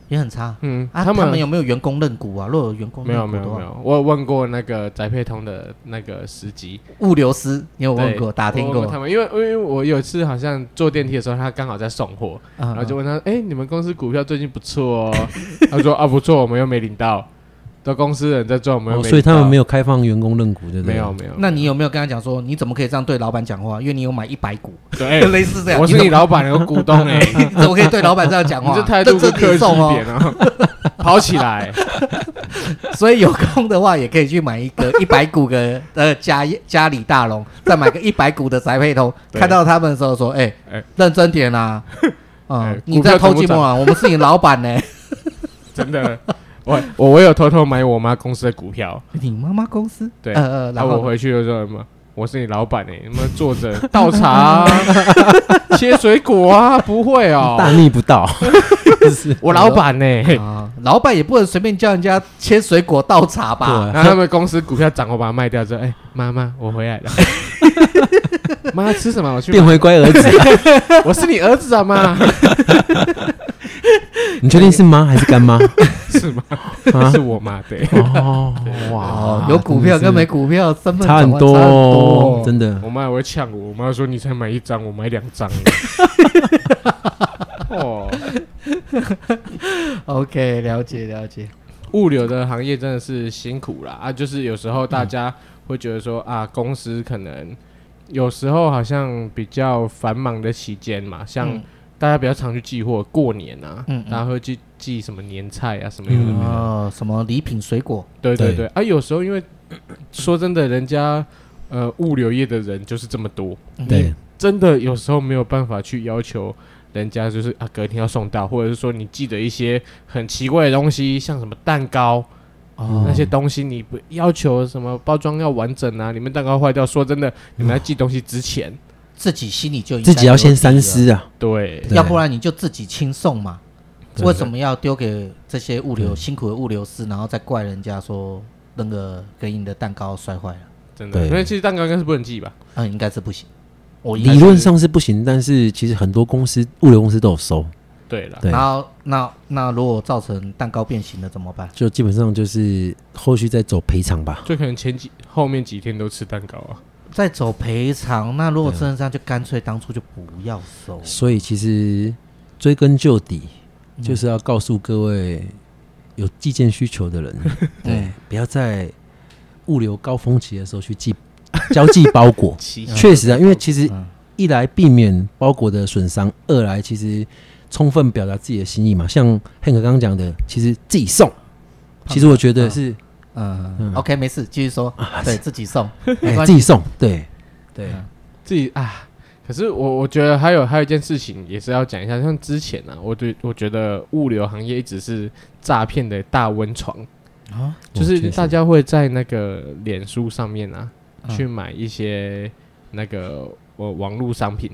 S2: 也很差。
S1: 嗯，
S2: 啊，
S1: 他
S2: 他们
S1: 们
S2: 有没有员工认股啊？若有员工
S1: 没
S2: 认
S1: 有
S2: 股
S1: 没
S2: 的
S1: 有没
S2: 话，
S1: 有，我有问过那个宅配通的那个司机，
S2: 物流师你有
S1: 我
S2: 问过、打听
S1: 我
S2: 过
S1: 问？他们，因为因为我有一次好像坐电梯的时候，他刚好在送货，
S2: 然
S1: 然后就问他，哎、你们公司股票最近不错哦， *laughs* 他说啊不错，我们又没领到，都公司人在做，我们又
S3: 哦
S1: 没领到、
S3: 所以他们没有开放员工认股，对不对？
S1: 没有没有，
S2: 那你有没有跟他讲说，你怎么可以这样对老板讲话？因为你有买一百股，
S1: 对，
S2: 类似这样。
S1: 哎我是你
S2: 怎么
S1: 老板，有股东哎、
S2: 你怎么可以对老板这样
S1: *laughs*
S2: 讲
S1: 你
S2: 话？
S1: 这态度不
S2: 这
S1: 客
S2: 这
S1: 气
S2: 重
S1: 一
S2: 哦。
S1: 点哦， *laughs* 跑起来，
S2: 所以有空的话，也可以去买一个一百股的呃家家里大龙，再买个一百股的宅配通。
S1: 对
S2: 看到他们的时候说：“哎
S1: 哎，
S2: 认真点
S1: *laughs*
S2: 啦！啊
S1: 哎，
S2: 你在偷
S1: 股票
S2: 寂
S1: 怎
S2: 寞
S1: 么
S2: 啊？我们是你老板呢。
S1: 真的，我我我有偷偷买我妈公司的股票。
S2: 你妈妈公司？
S1: *laughs* 对
S2: 呃呃，
S1: 然
S2: 然
S1: 后我
S2: 后呢
S1: 回去就说什么，我是你老板哎、欸，你们坐着倒茶、啊、切水果啊，不会
S3: *laughs*
S1: 哦，
S3: 大逆
S1: *laughs*
S3: 不道，就是
S1: 我老板欸呢、
S2: 啊，老板也不能随便叫人家切水果倒茶吧？
S3: 对
S1: 然后他们公司股票涨，我把它卖掉之后，哎、妈妈，我回来了。妈吃什么？我去
S3: 变
S1: 买。
S3: 回乖儿子。啊
S1: *laughs* 我是你儿子啊，妈，
S3: 你确定是妈还是干
S1: *laughs*
S3: 妈？
S1: 是吗？
S3: 啊
S1: 是我妈，欸对。
S2: 哦
S3: 哦，哇，，
S2: 有股
S1: 啊
S2: 票跟没
S3: 股
S2: 股票身份
S3: 差很
S2: 转换
S3: 多
S2: 差很
S3: 哦
S2: 多，
S3: 真的
S1: 我妈还会呛我，我妈说你才买一张，我买两张。欸哦，
S2: OK，了解了解。
S1: 物流的行业真的是辛苦啦啊！就是有时候大
S2: 嗯
S1: 家会觉得说、啊，公司可能有时候好像比较繁忙的期间嘛，像
S2: 嗯
S1: 大家比较常去寄货，过年啊，
S2: 嗯嗯
S1: 大家会去寄什么年菜啊什么有
S3: 嗯
S1: 的没的
S2: 哦，什么礼品、水果，
S1: 对对
S3: 对
S1: 对啊！有时候因为 *coughs* 说真的，人家呃物流业的人就是这么多，
S3: 对，
S1: 真的有时候没有办法去要求人家，就是啊隔天要送到，或者是说你寄的一些很奇怪的东西，像什么蛋糕。
S2: 哦
S1: 那些东西你不要求什么包装要完整啊，你们蛋糕坏掉，说真的，你们在寄东西之
S3: *laughs*
S1: 前，
S2: 自己心里就应该
S3: 自己要先三
S2: 有
S3: 思啊。
S1: 对
S2: 底了，要不然你就自己轻送嘛。
S3: 对
S2: 为什么要丢给这些物流辛苦的物流师，然后再怪人家说那个给你的蛋糕摔坏了？
S1: 真的，
S3: 对
S1: 因为其实蛋糕应该是不能寄吧？
S2: 嗯，应该是不行。我应该
S3: 理论，上是不行，但是其实很多公司物流公司都有收，
S1: 对了，
S3: 对
S2: 然，后那那如果造成蛋糕变形了怎么办？
S3: 就基本上就是后续再走赔偿吧。
S1: 最可能前几后面几天都吃蛋糕啊，
S2: 再走赔偿，那如果真的这样，就干脆当初就不要收。
S3: 所以其实追根究底，
S1: 嗯
S3: 就是要告诉各位有寄件需求的人，对，不要在物流高峰期的时候去寄交寄包裹。
S1: 七
S3: 确实啊，因为其实
S2: 嗯
S3: 一来避免包裹的损伤，二来其实充分表达自己的心意嘛。像 Hank 刚刚讲的，其实自己送，其实我觉得是
S2: 嗯
S3: 嗯
S2: ，OK，没事，继续
S3: *laughs*
S2: 说。对自己送，没
S3: 哎
S2: 关
S3: 自
S2: 系。
S3: 己送，对对，
S1: 自己啊。可是我我觉得还有还有一件事情也是要讲一下，像之前啊，我对我觉得物流行业一直是诈骗的大温床，
S2: 啊，
S1: 就是
S3: 哦确实
S1: 大家会在那个脸书上面啊，
S2: 嗯
S1: 去买一些那个呃网络商品，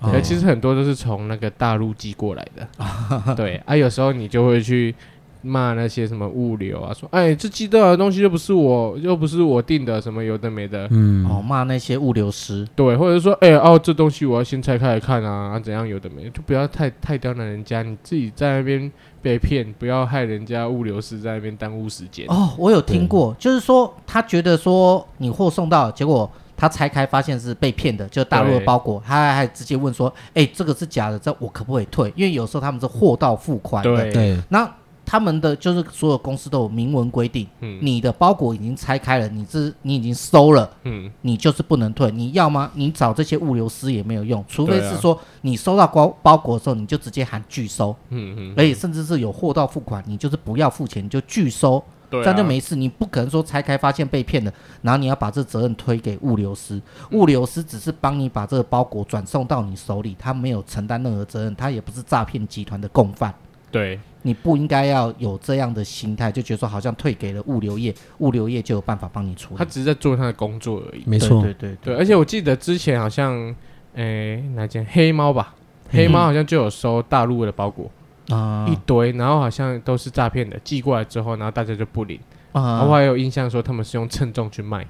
S3: 哦
S1: 可其实很多都是从那个大陆寄过来的，对啊，有时候你就会去骂那些什么物流啊，说哎这寄到来的东西又不是我，又不是我订的，什么有的没的，
S3: 嗯，
S2: 哦，骂那些物流师，
S1: 对，或者说哎哦这东西我要先拆开来看啊，啊怎样有的没的，就不要太太刁难人家，你自己在那边被骗，不要害人家物流师在那边耽误时间。
S2: 哦，我有听过，就是说他觉得说你货送到，结果他拆开发现是被骗的，就大陆的
S1: 对
S2: 包裹，他还直接问说：“哎、这个是假的，这我可不可以退？”因为有时候他们是货到付款的，
S1: 对
S3: 对，
S2: 那他们的就是所有公司都有明文规定，
S1: 嗯
S2: 你的包裹已经拆开了，你这你已经收了。
S1: 嗯，
S2: 你就是不能退，你要吗？你找这些物流师也没有用，除非
S1: 对啊
S2: 是说你收到包包裹的时候，你就直接喊拒收，
S1: 嗯嗯，
S2: 而且甚至是有货到付款，你就是不要付钱，你就拒收，
S1: 对、啊，
S2: 这样就没事。你不可能说拆开发现被骗了，然后你要把这责任推给物流师，物流师只是帮你把这个包裹转送到你手里，他没有承担任何责任，他也不是诈骗集团的共犯。
S1: 对，
S2: 你不应该要有这样的心态，就觉得说好像退给了物流业，物流业就有办法帮你处理
S1: 他。只是在做他的工作而已。
S3: 没错
S2: 对，对
S1: 对，而且我记得之前好像，诶、哪间黑猫吧，
S2: 嗯
S1: 黑猫好像就有收大陆的包裹、
S2: 对啊
S1: 一堆，然后好像都是诈骗的，寄过来之后，然后大家就不领。然
S2: 啊
S1: 后我还有印象说他们是用称重去卖，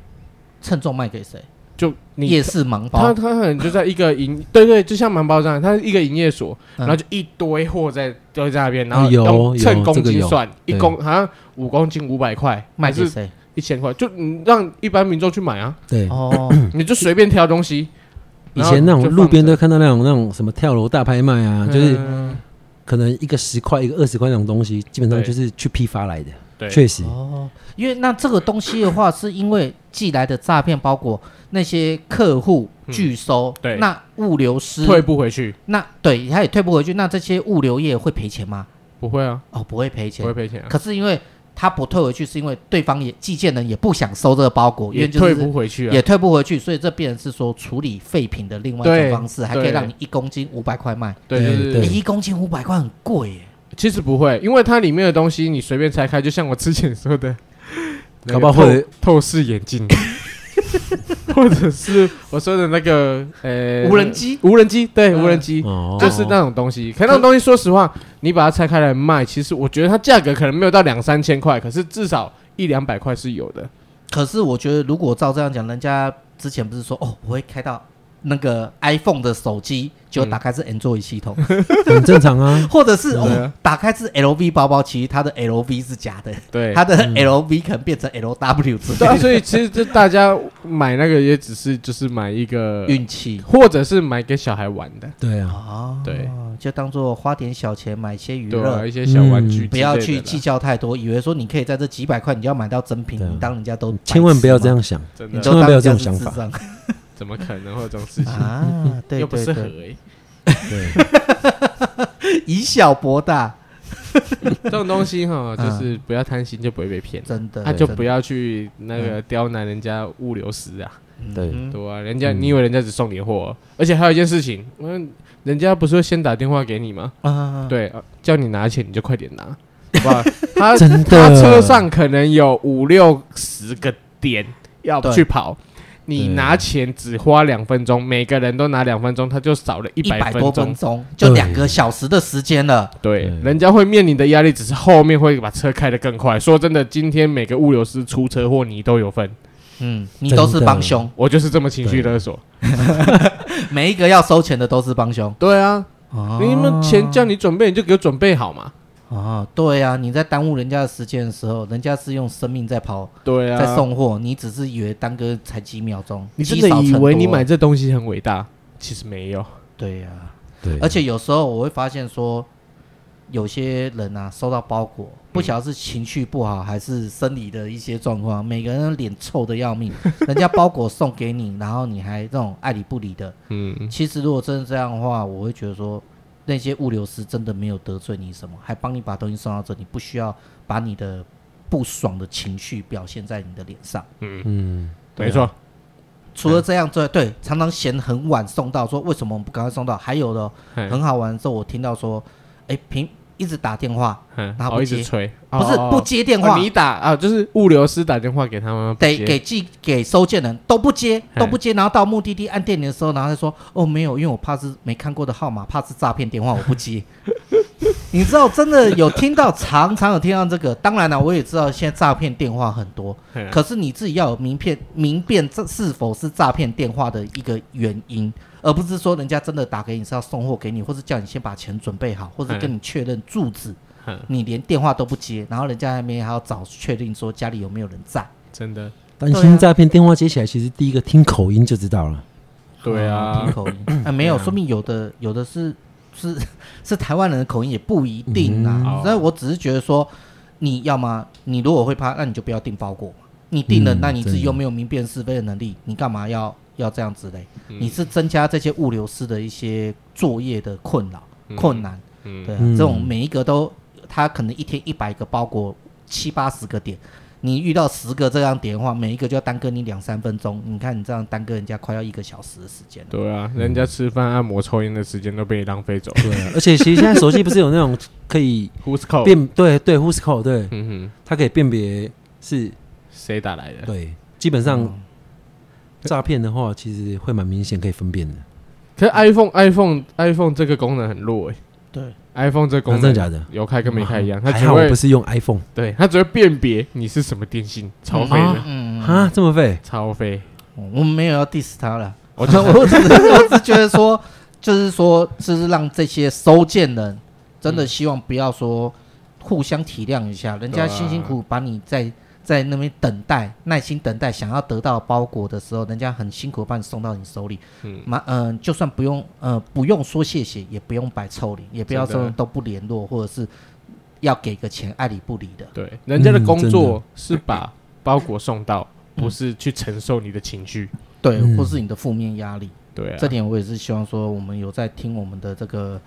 S2: 称重卖给谁？
S1: 就你
S2: 夜市盲
S1: 他
S2: 包，
S3: 哦
S1: 他可能就在一个营，对对，就像蛮包这样，它是一个营业所，
S2: 嗯
S1: 然后就一堆货在都在那边，然后
S3: 哦有
S1: 用
S3: 有
S1: 称公
S3: 这个
S1: 斤
S3: 有
S1: 算，一
S3: 对
S1: 公好像五公斤五百块，
S2: 卖
S1: 还
S2: 给
S1: 是
S2: 谁？
S1: 一千块，就你让一般民众去买啊，
S3: 对，
S2: 哦，
S3: 嗯
S1: 你就随便挑东西。
S3: 以前那
S1: 然后就
S3: 种
S1: 放
S3: 路边
S1: 着
S3: 都看到那种那种什么跳楼大拍卖啊，就是
S1: 嗯
S3: 可能一个十块一个二十块那种东西，基本上
S1: 对
S3: 就是去批发来的，
S1: 对
S3: 确实，
S2: 哦，因为那这个东西的话，是因为寄来的诈骗包裹那些客户拒收，
S1: 嗯对
S2: 那物流师
S1: 退不回去，
S2: 那对他也退不回去，那这些物流业会赔钱吗？
S1: 不会啊，
S2: 哦，不会赔钱
S1: 不会，赔钱啊，
S2: 可是因为他不退回去，是因为对方也寄件人也不想收这个包裹，因
S1: 也
S2: 为就
S1: 退
S2: 是
S1: 不回去啊
S2: 也。退不回去，所以这变成是说处理废品的另外一
S1: 对
S2: 种方式，还可以
S1: 对
S2: 让你一公斤五百块卖，
S1: 对，就
S3: 对
S1: 是
S2: 你一公斤五百块很贵耶。
S1: 其实不会，因为它里面的东西你随便拆开，就像我之前说的，那
S3: 搞
S1: 个
S3: 不好会有
S1: 透透视眼镜， *laughs* 或者是我说的那个呃
S2: 无人机，
S1: 无人机，对，
S2: 嗯
S1: 无人机。
S3: 哦，
S1: 就是那种东西，可那种东西，说实话，你把它拆开来卖，其实我觉得它价格可能没有到两三千块，可是至少一两百块是有的。
S2: 可是我觉得，如果照这样讲，人家之前不是说哦，我会开到那个 iPhone 的手机，结果打开是 Android 系统，，
S3: 很正常啊
S2: 或者是
S1: 嗯对啊
S2: 哦，打开是 LV 包包，其实它的 LV 是假的，
S1: 对，嗯
S2: 它的 *laughs* LV 可能变成 LW 之
S1: 对啊，
S2: 类的
S1: 所以其实这大家买那个也只是就是买一个
S2: 运气
S1: 或者是买给小孩玩的，
S3: 对啊，
S2: 啊，
S1: 对，
S2: 就当做花点小钱买些娱
S1: 对啊，
S2: 乐。
S1: 一些小玩具之类的啦，
S2: 嗯不要去计较太多，以为说你可以在这几百块，你就要买到真品，
S3: 对啊
S2: 你当人家都白痴
S3: 千万不要这
S2: 吗，
S3: 样想，
S1: 真
S2: 你
S1: 的
S2: 就
S3: 千万
S2: 当
S3: 不要
S2: 人家
S3: 这种
S2: 是
S3: 想
S2: 智
S3: 法
S2: 障
S1: 怎么可能会有这种事 *laughs* 情？
S2: 啊！ *laughs* 对
S1: 又不
S2: 对
S1: 是合
S2: 对，
S1: 欸，
S2: 以小博大，
S1: 这种东西哈，就是不要贪心就不会被骗，
S2: 嗯真的，
S1: 他就
S2: 真
S1: 不
S2: 的
S1: 要去那个刁难人家物流师啊，
S3: 对
S2: 嗯
S1: 对啊，人家你以为人家只送你货，而且还有一件事情，嗯，人家不是会先打电话给你吗？
S2: 啊，
S1: 对，啊叫你拿钱你就快点拿，好吧？他
S3: 真的
S1: 他车上可能有五六十个点要
S2: 对
S1: 去跑，你
S3: 对
S1: 拿钱只花两分钟，每个人都拿两分钟，他就少了一
S2: 一
S1: 百
S2: 百多
S1: 分钟
S2: 分。钟，就
S3: 对
S2: 两个小时的时间了。
S1: 对
S3: 对，
S1: 人家会面临的压力只是后面会把车开得更快。说真的，今天每个物流师出车祸你都有份，
S2: 嗯，你都是帮凶，
S1: 我就是这么情绪勒索。
S2: 每一个要收钱的都是帮凶。
S1: 对啊，
S2: 哦
S1: 你们钱叫你准备，你就给我准备好嘛。
S2: 哦，对啊，你在耽误人家的时间的时候，人家是用生命在跑，
S1: 对啊，
S2: 在送货，你只是以为耽搁才几秒钟，
S1: 你真
S2: 积
S1: 的
S2: 少
S1: 以
S2: 成
S1: 为你
S2: 多啊
S1: 买这啊东西很伟大，其实没有。
S2: 对呀？
S3: 对，
S2: 而且有时候我会发现说，有些人啊收到包裹，
S1: 嗯
S2: 不晓得是情绪不好还是生理的一些状况，每个人脸臭的要命，人家包裹送给你，然后你还这种爱理不理的，
S1: 嗯，
S2: 其实如果真的这样的话，我会觉得说，那些物流师真的没有得罪你什么，还帮你把东西送到这，你不需要把你的不爽的情绪表现在你的脸上。
S3: 嗯，
S2: 对啊
S1: 没错，
S2: 除了这样之外，对，常常嫌很晚送到，说为什么我们不赶快送到？还有的哦
S1: 嘿
S2: 很好玩的时候，我听到说，哎，平一直打电话，
S1: 嗯，
S2: 然后
S1: 哦
S2: 不
S1: 一直
S2: 接
S1: 催，
S2: 不是
S1: 哦
S2: 不接电话
S1: 哦，你打啊，就是物流师打电话给他们，不
S2: 得
S1: 接
S2: 给寄给收件人都不接，
S1: 嗯
S2: 都不接，然后到目的地按电铃的时候，然后他说：“哦，没有，因为我怕是没看过的号码，怕是诈骗电话，我不接。” *laughs* 你知道，真的有听到，常常有听到这个。当然了，我也知道现在诈骗电话很多，
S1: 嗯
S2: 可是你自己要有明辨明辨这是否是诈骗电话的一个原因，而不是说人家真的打给你是要送货给你，或是叫你先把钱准备好，或是跟你确认住址，
S1: 嗯
S2: 你连电话都不接，然后人家那边还要找确定说家里有没有人在。
S1: 真的，
S3: 担
S2: 对啊
S3: 心诈骗电话接起来，其实第一个听口音就知道了。
S1: 对啊
S2: 听，口音 *coughs* 啊，没有，说明有的有的是是是台湾人的口音也不一定啊
S1: 嗯。
S2: 所以我只是觉得说，你要么你如果会怕，那你就不要订包裹嘛。你订了，
S3: 嗯
S2: 那你自己
S3: 真的
S2: 又没有明辨是非的能力，你干嘛要要这样子嘞？
S1: 嗯
S2: 你是增加这些物流师的一些作业的困扰
S1: 嗯
S2: 困难。
S1: 嗯
S2: 对啊，
S3: 嗯
S2: 这种每一个都，他可能一天一百个包裹，七八十个点，你遇到十个这样点的话，每一个就要耽搁你两三分钟。你看你这样耽搁人家快要一个小时的时间了。
S1: 对啊，人家吃饭、按摩、抽烟的时间都被你浪费走了。
S3: 对啊，而且其实现在手机不是有那种可
S2: *laughs*
S3: 以
S2: 嗯
S1: Who's
S2: 哦
S1: call？
S3: 辨对对 Who's call 对，
S1: 嗯哼，
S3: 它可以辨别是
S1: 谁打来的？
S3: 对，基本上
S2: 嗯
S3: 诈骗的话，其实会蛮明显可以分辨的。
S1: 可是 iPhone、iPhone、iPhone 这个功能很弱哎
S2: 对，
S1: ，iPhone 这个
S3: 啊
S1: 功
S3: 真的
S1: 能
S3: 假的？
S1: 有开跟没开一样，它
S3: 还
S1: 只
S3: 好我
S1: 会
S3: 不是用 iPhone
S1: 对它只会辨别你是什么电信，超费
S3: 啊
S1: 的，
S2: 嗯，
S3: 啊，这么费
S1: 超
S3: *laughs*
S1: 费。
S2: 我们没有要 diss 他了，
S1: 我
S2: 我
S1: 就
S2: *laughs* 我只
S1: *laughs*
S2: 是我只觉得说，就是说，就是让这些收件人真
S1: 嗯
S2: 的希望不要说互相体谅一下，人家
S1: 对啊
S2: 辛辛苦苦把你在在那边等待，耐心等待，想要得到包裹的时候，人家很辛苦把你送到你手里，
S1: 嗯
S2: 嘛，嗯、就算不用，呃，不用说谢谢，也不用摆臭脸，也不要
S1: 真
S2: 说
S1: 的
S2: 都不联络，或者是要给个钱爱理不理的。
S1: 对，人家的
S3: 嗯
S1: 工
S3: 真的
S1: 作是把包裹送到，不是去承受你的情绪。
S2: 对，
S3: 嗯
S2: 或是你的负面压力，
S1: 对啊
S2: 这，点我也是希望说，我们有在听我们的这个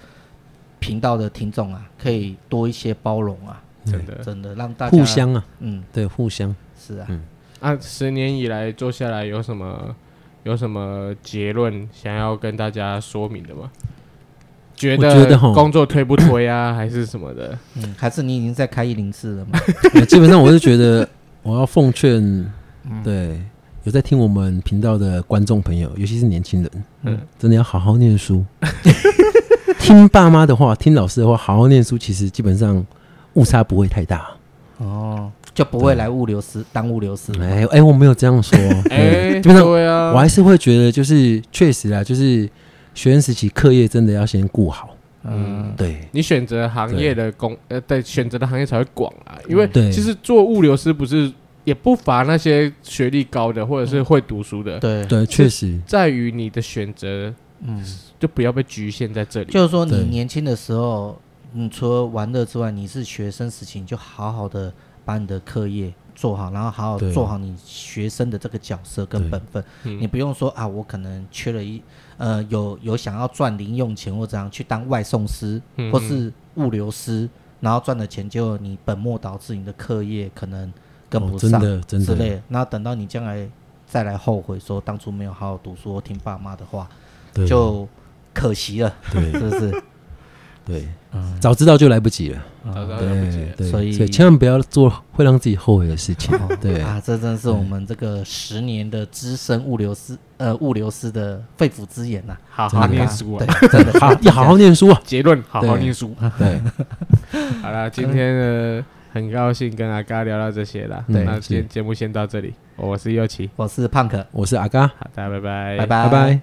S2: 频道的听众啊，可以多一些包容啊，
S1: 真的
S2: 真的让大家
S3: 互，相嗯啊，
S2: 嗯，
S3: 对，互相。
S2: 是啊，
S1: 啊，十年以来做下来有什么有什么结论想要跟大家说明的吗？觉
S3: 我觉
S1: 得
S3: 得吼
S1: 工作推不推啊，还是什么
S3: *laughs*
S1: 的？
S2: 嗯，还是你已经在开一零四了嘛？
S3: 呃 *laughs* 基本上我是觉得，我要奉劝，对有在听我们频道的观众朋友，尤其是年轻人，
S1: 嗯
S3: 嗯，真的要好好念书， *laughs* 听爸妈的话，听老师的话，好好念书，其实基本上误差不会太大。
S2: 哦，就不会来物流师当物流师，
S3: 哎哎，我没有这样说，
S1: 哎，
S3: 对基本上
S1: 对啊，
S3: 我还是会觉得，就是确实啊，就是学生时期课业真的要先顾好，
S2: 嗯，
S3: 对，
S1: 你选择行业的工，呃，对，选择的行业才会广啊。因为
S3: 对
S1: 其实做物流师不是也不乏那些学历高的，或者是会读书的，
S2: 对，
S3: 对，确实，
S1: 在于你的选择，
S2: 嗯，
S1: 就不要被局限在这里。
S2: 就是说你
S3: 对
S2: 年轻的时候，你除了玩乐之外，你是学生时期，你就好好的把你的课业做好，然后好好
S3: 对
S2: 做好你学生的这个角色跟
S3: 对
S2: 本分。
S1: 嗯
S2: 你不用说啊，我可能缺了一呃，有有想要赚零用钱或怎样去当外送师
S1: 嗯
S2: 或是物流师，然后赚的钱就你本末倒置，你的课业可能跟
S3: 哦
S2: 不
S3: 真
S2: 上
S3: 的真
S2: 之
S3: 的
S2: 类的。然后等到你将来再来后悔说当初没有好好读书，听爸妈的话，
S3: 对，
S2: 就可惜了，
S3: 对
S2: 是不是？
S3: 对，早知道就来不及了，
S1: 早知道来不及
S3: 对
S1: 了，
S3: 对，
S2: 所
S3: 所
S2: 以
S3: 以千万不要做会让自己后悔的事情，
S1: 哦
S3: 对，
S2: 啊，这真是我们这个十年的资深物流师，呃，物流师的肺腑之言呐、
S1: 好
S3: 真
S1: 好
S3: 的
S1: 念书啊
S2: 对。，真 *laughs* 的
S3: 好， *laughs* 要好好念书啊，
S1: 结论：好好
S3: 对
S1: 念书。
S3: 对，
S1: 好啦，今天的很高兴跟阿嘎聊到这些啦。
S3: 对
S1: 那今天
S3: 是
S1: 节目先到这里，我是右奇，
S2: 我是胖可，
S3: 我是阿嘎，
S1: 哎好，大家拜拜，
S2: 拜
S3: 拜拜。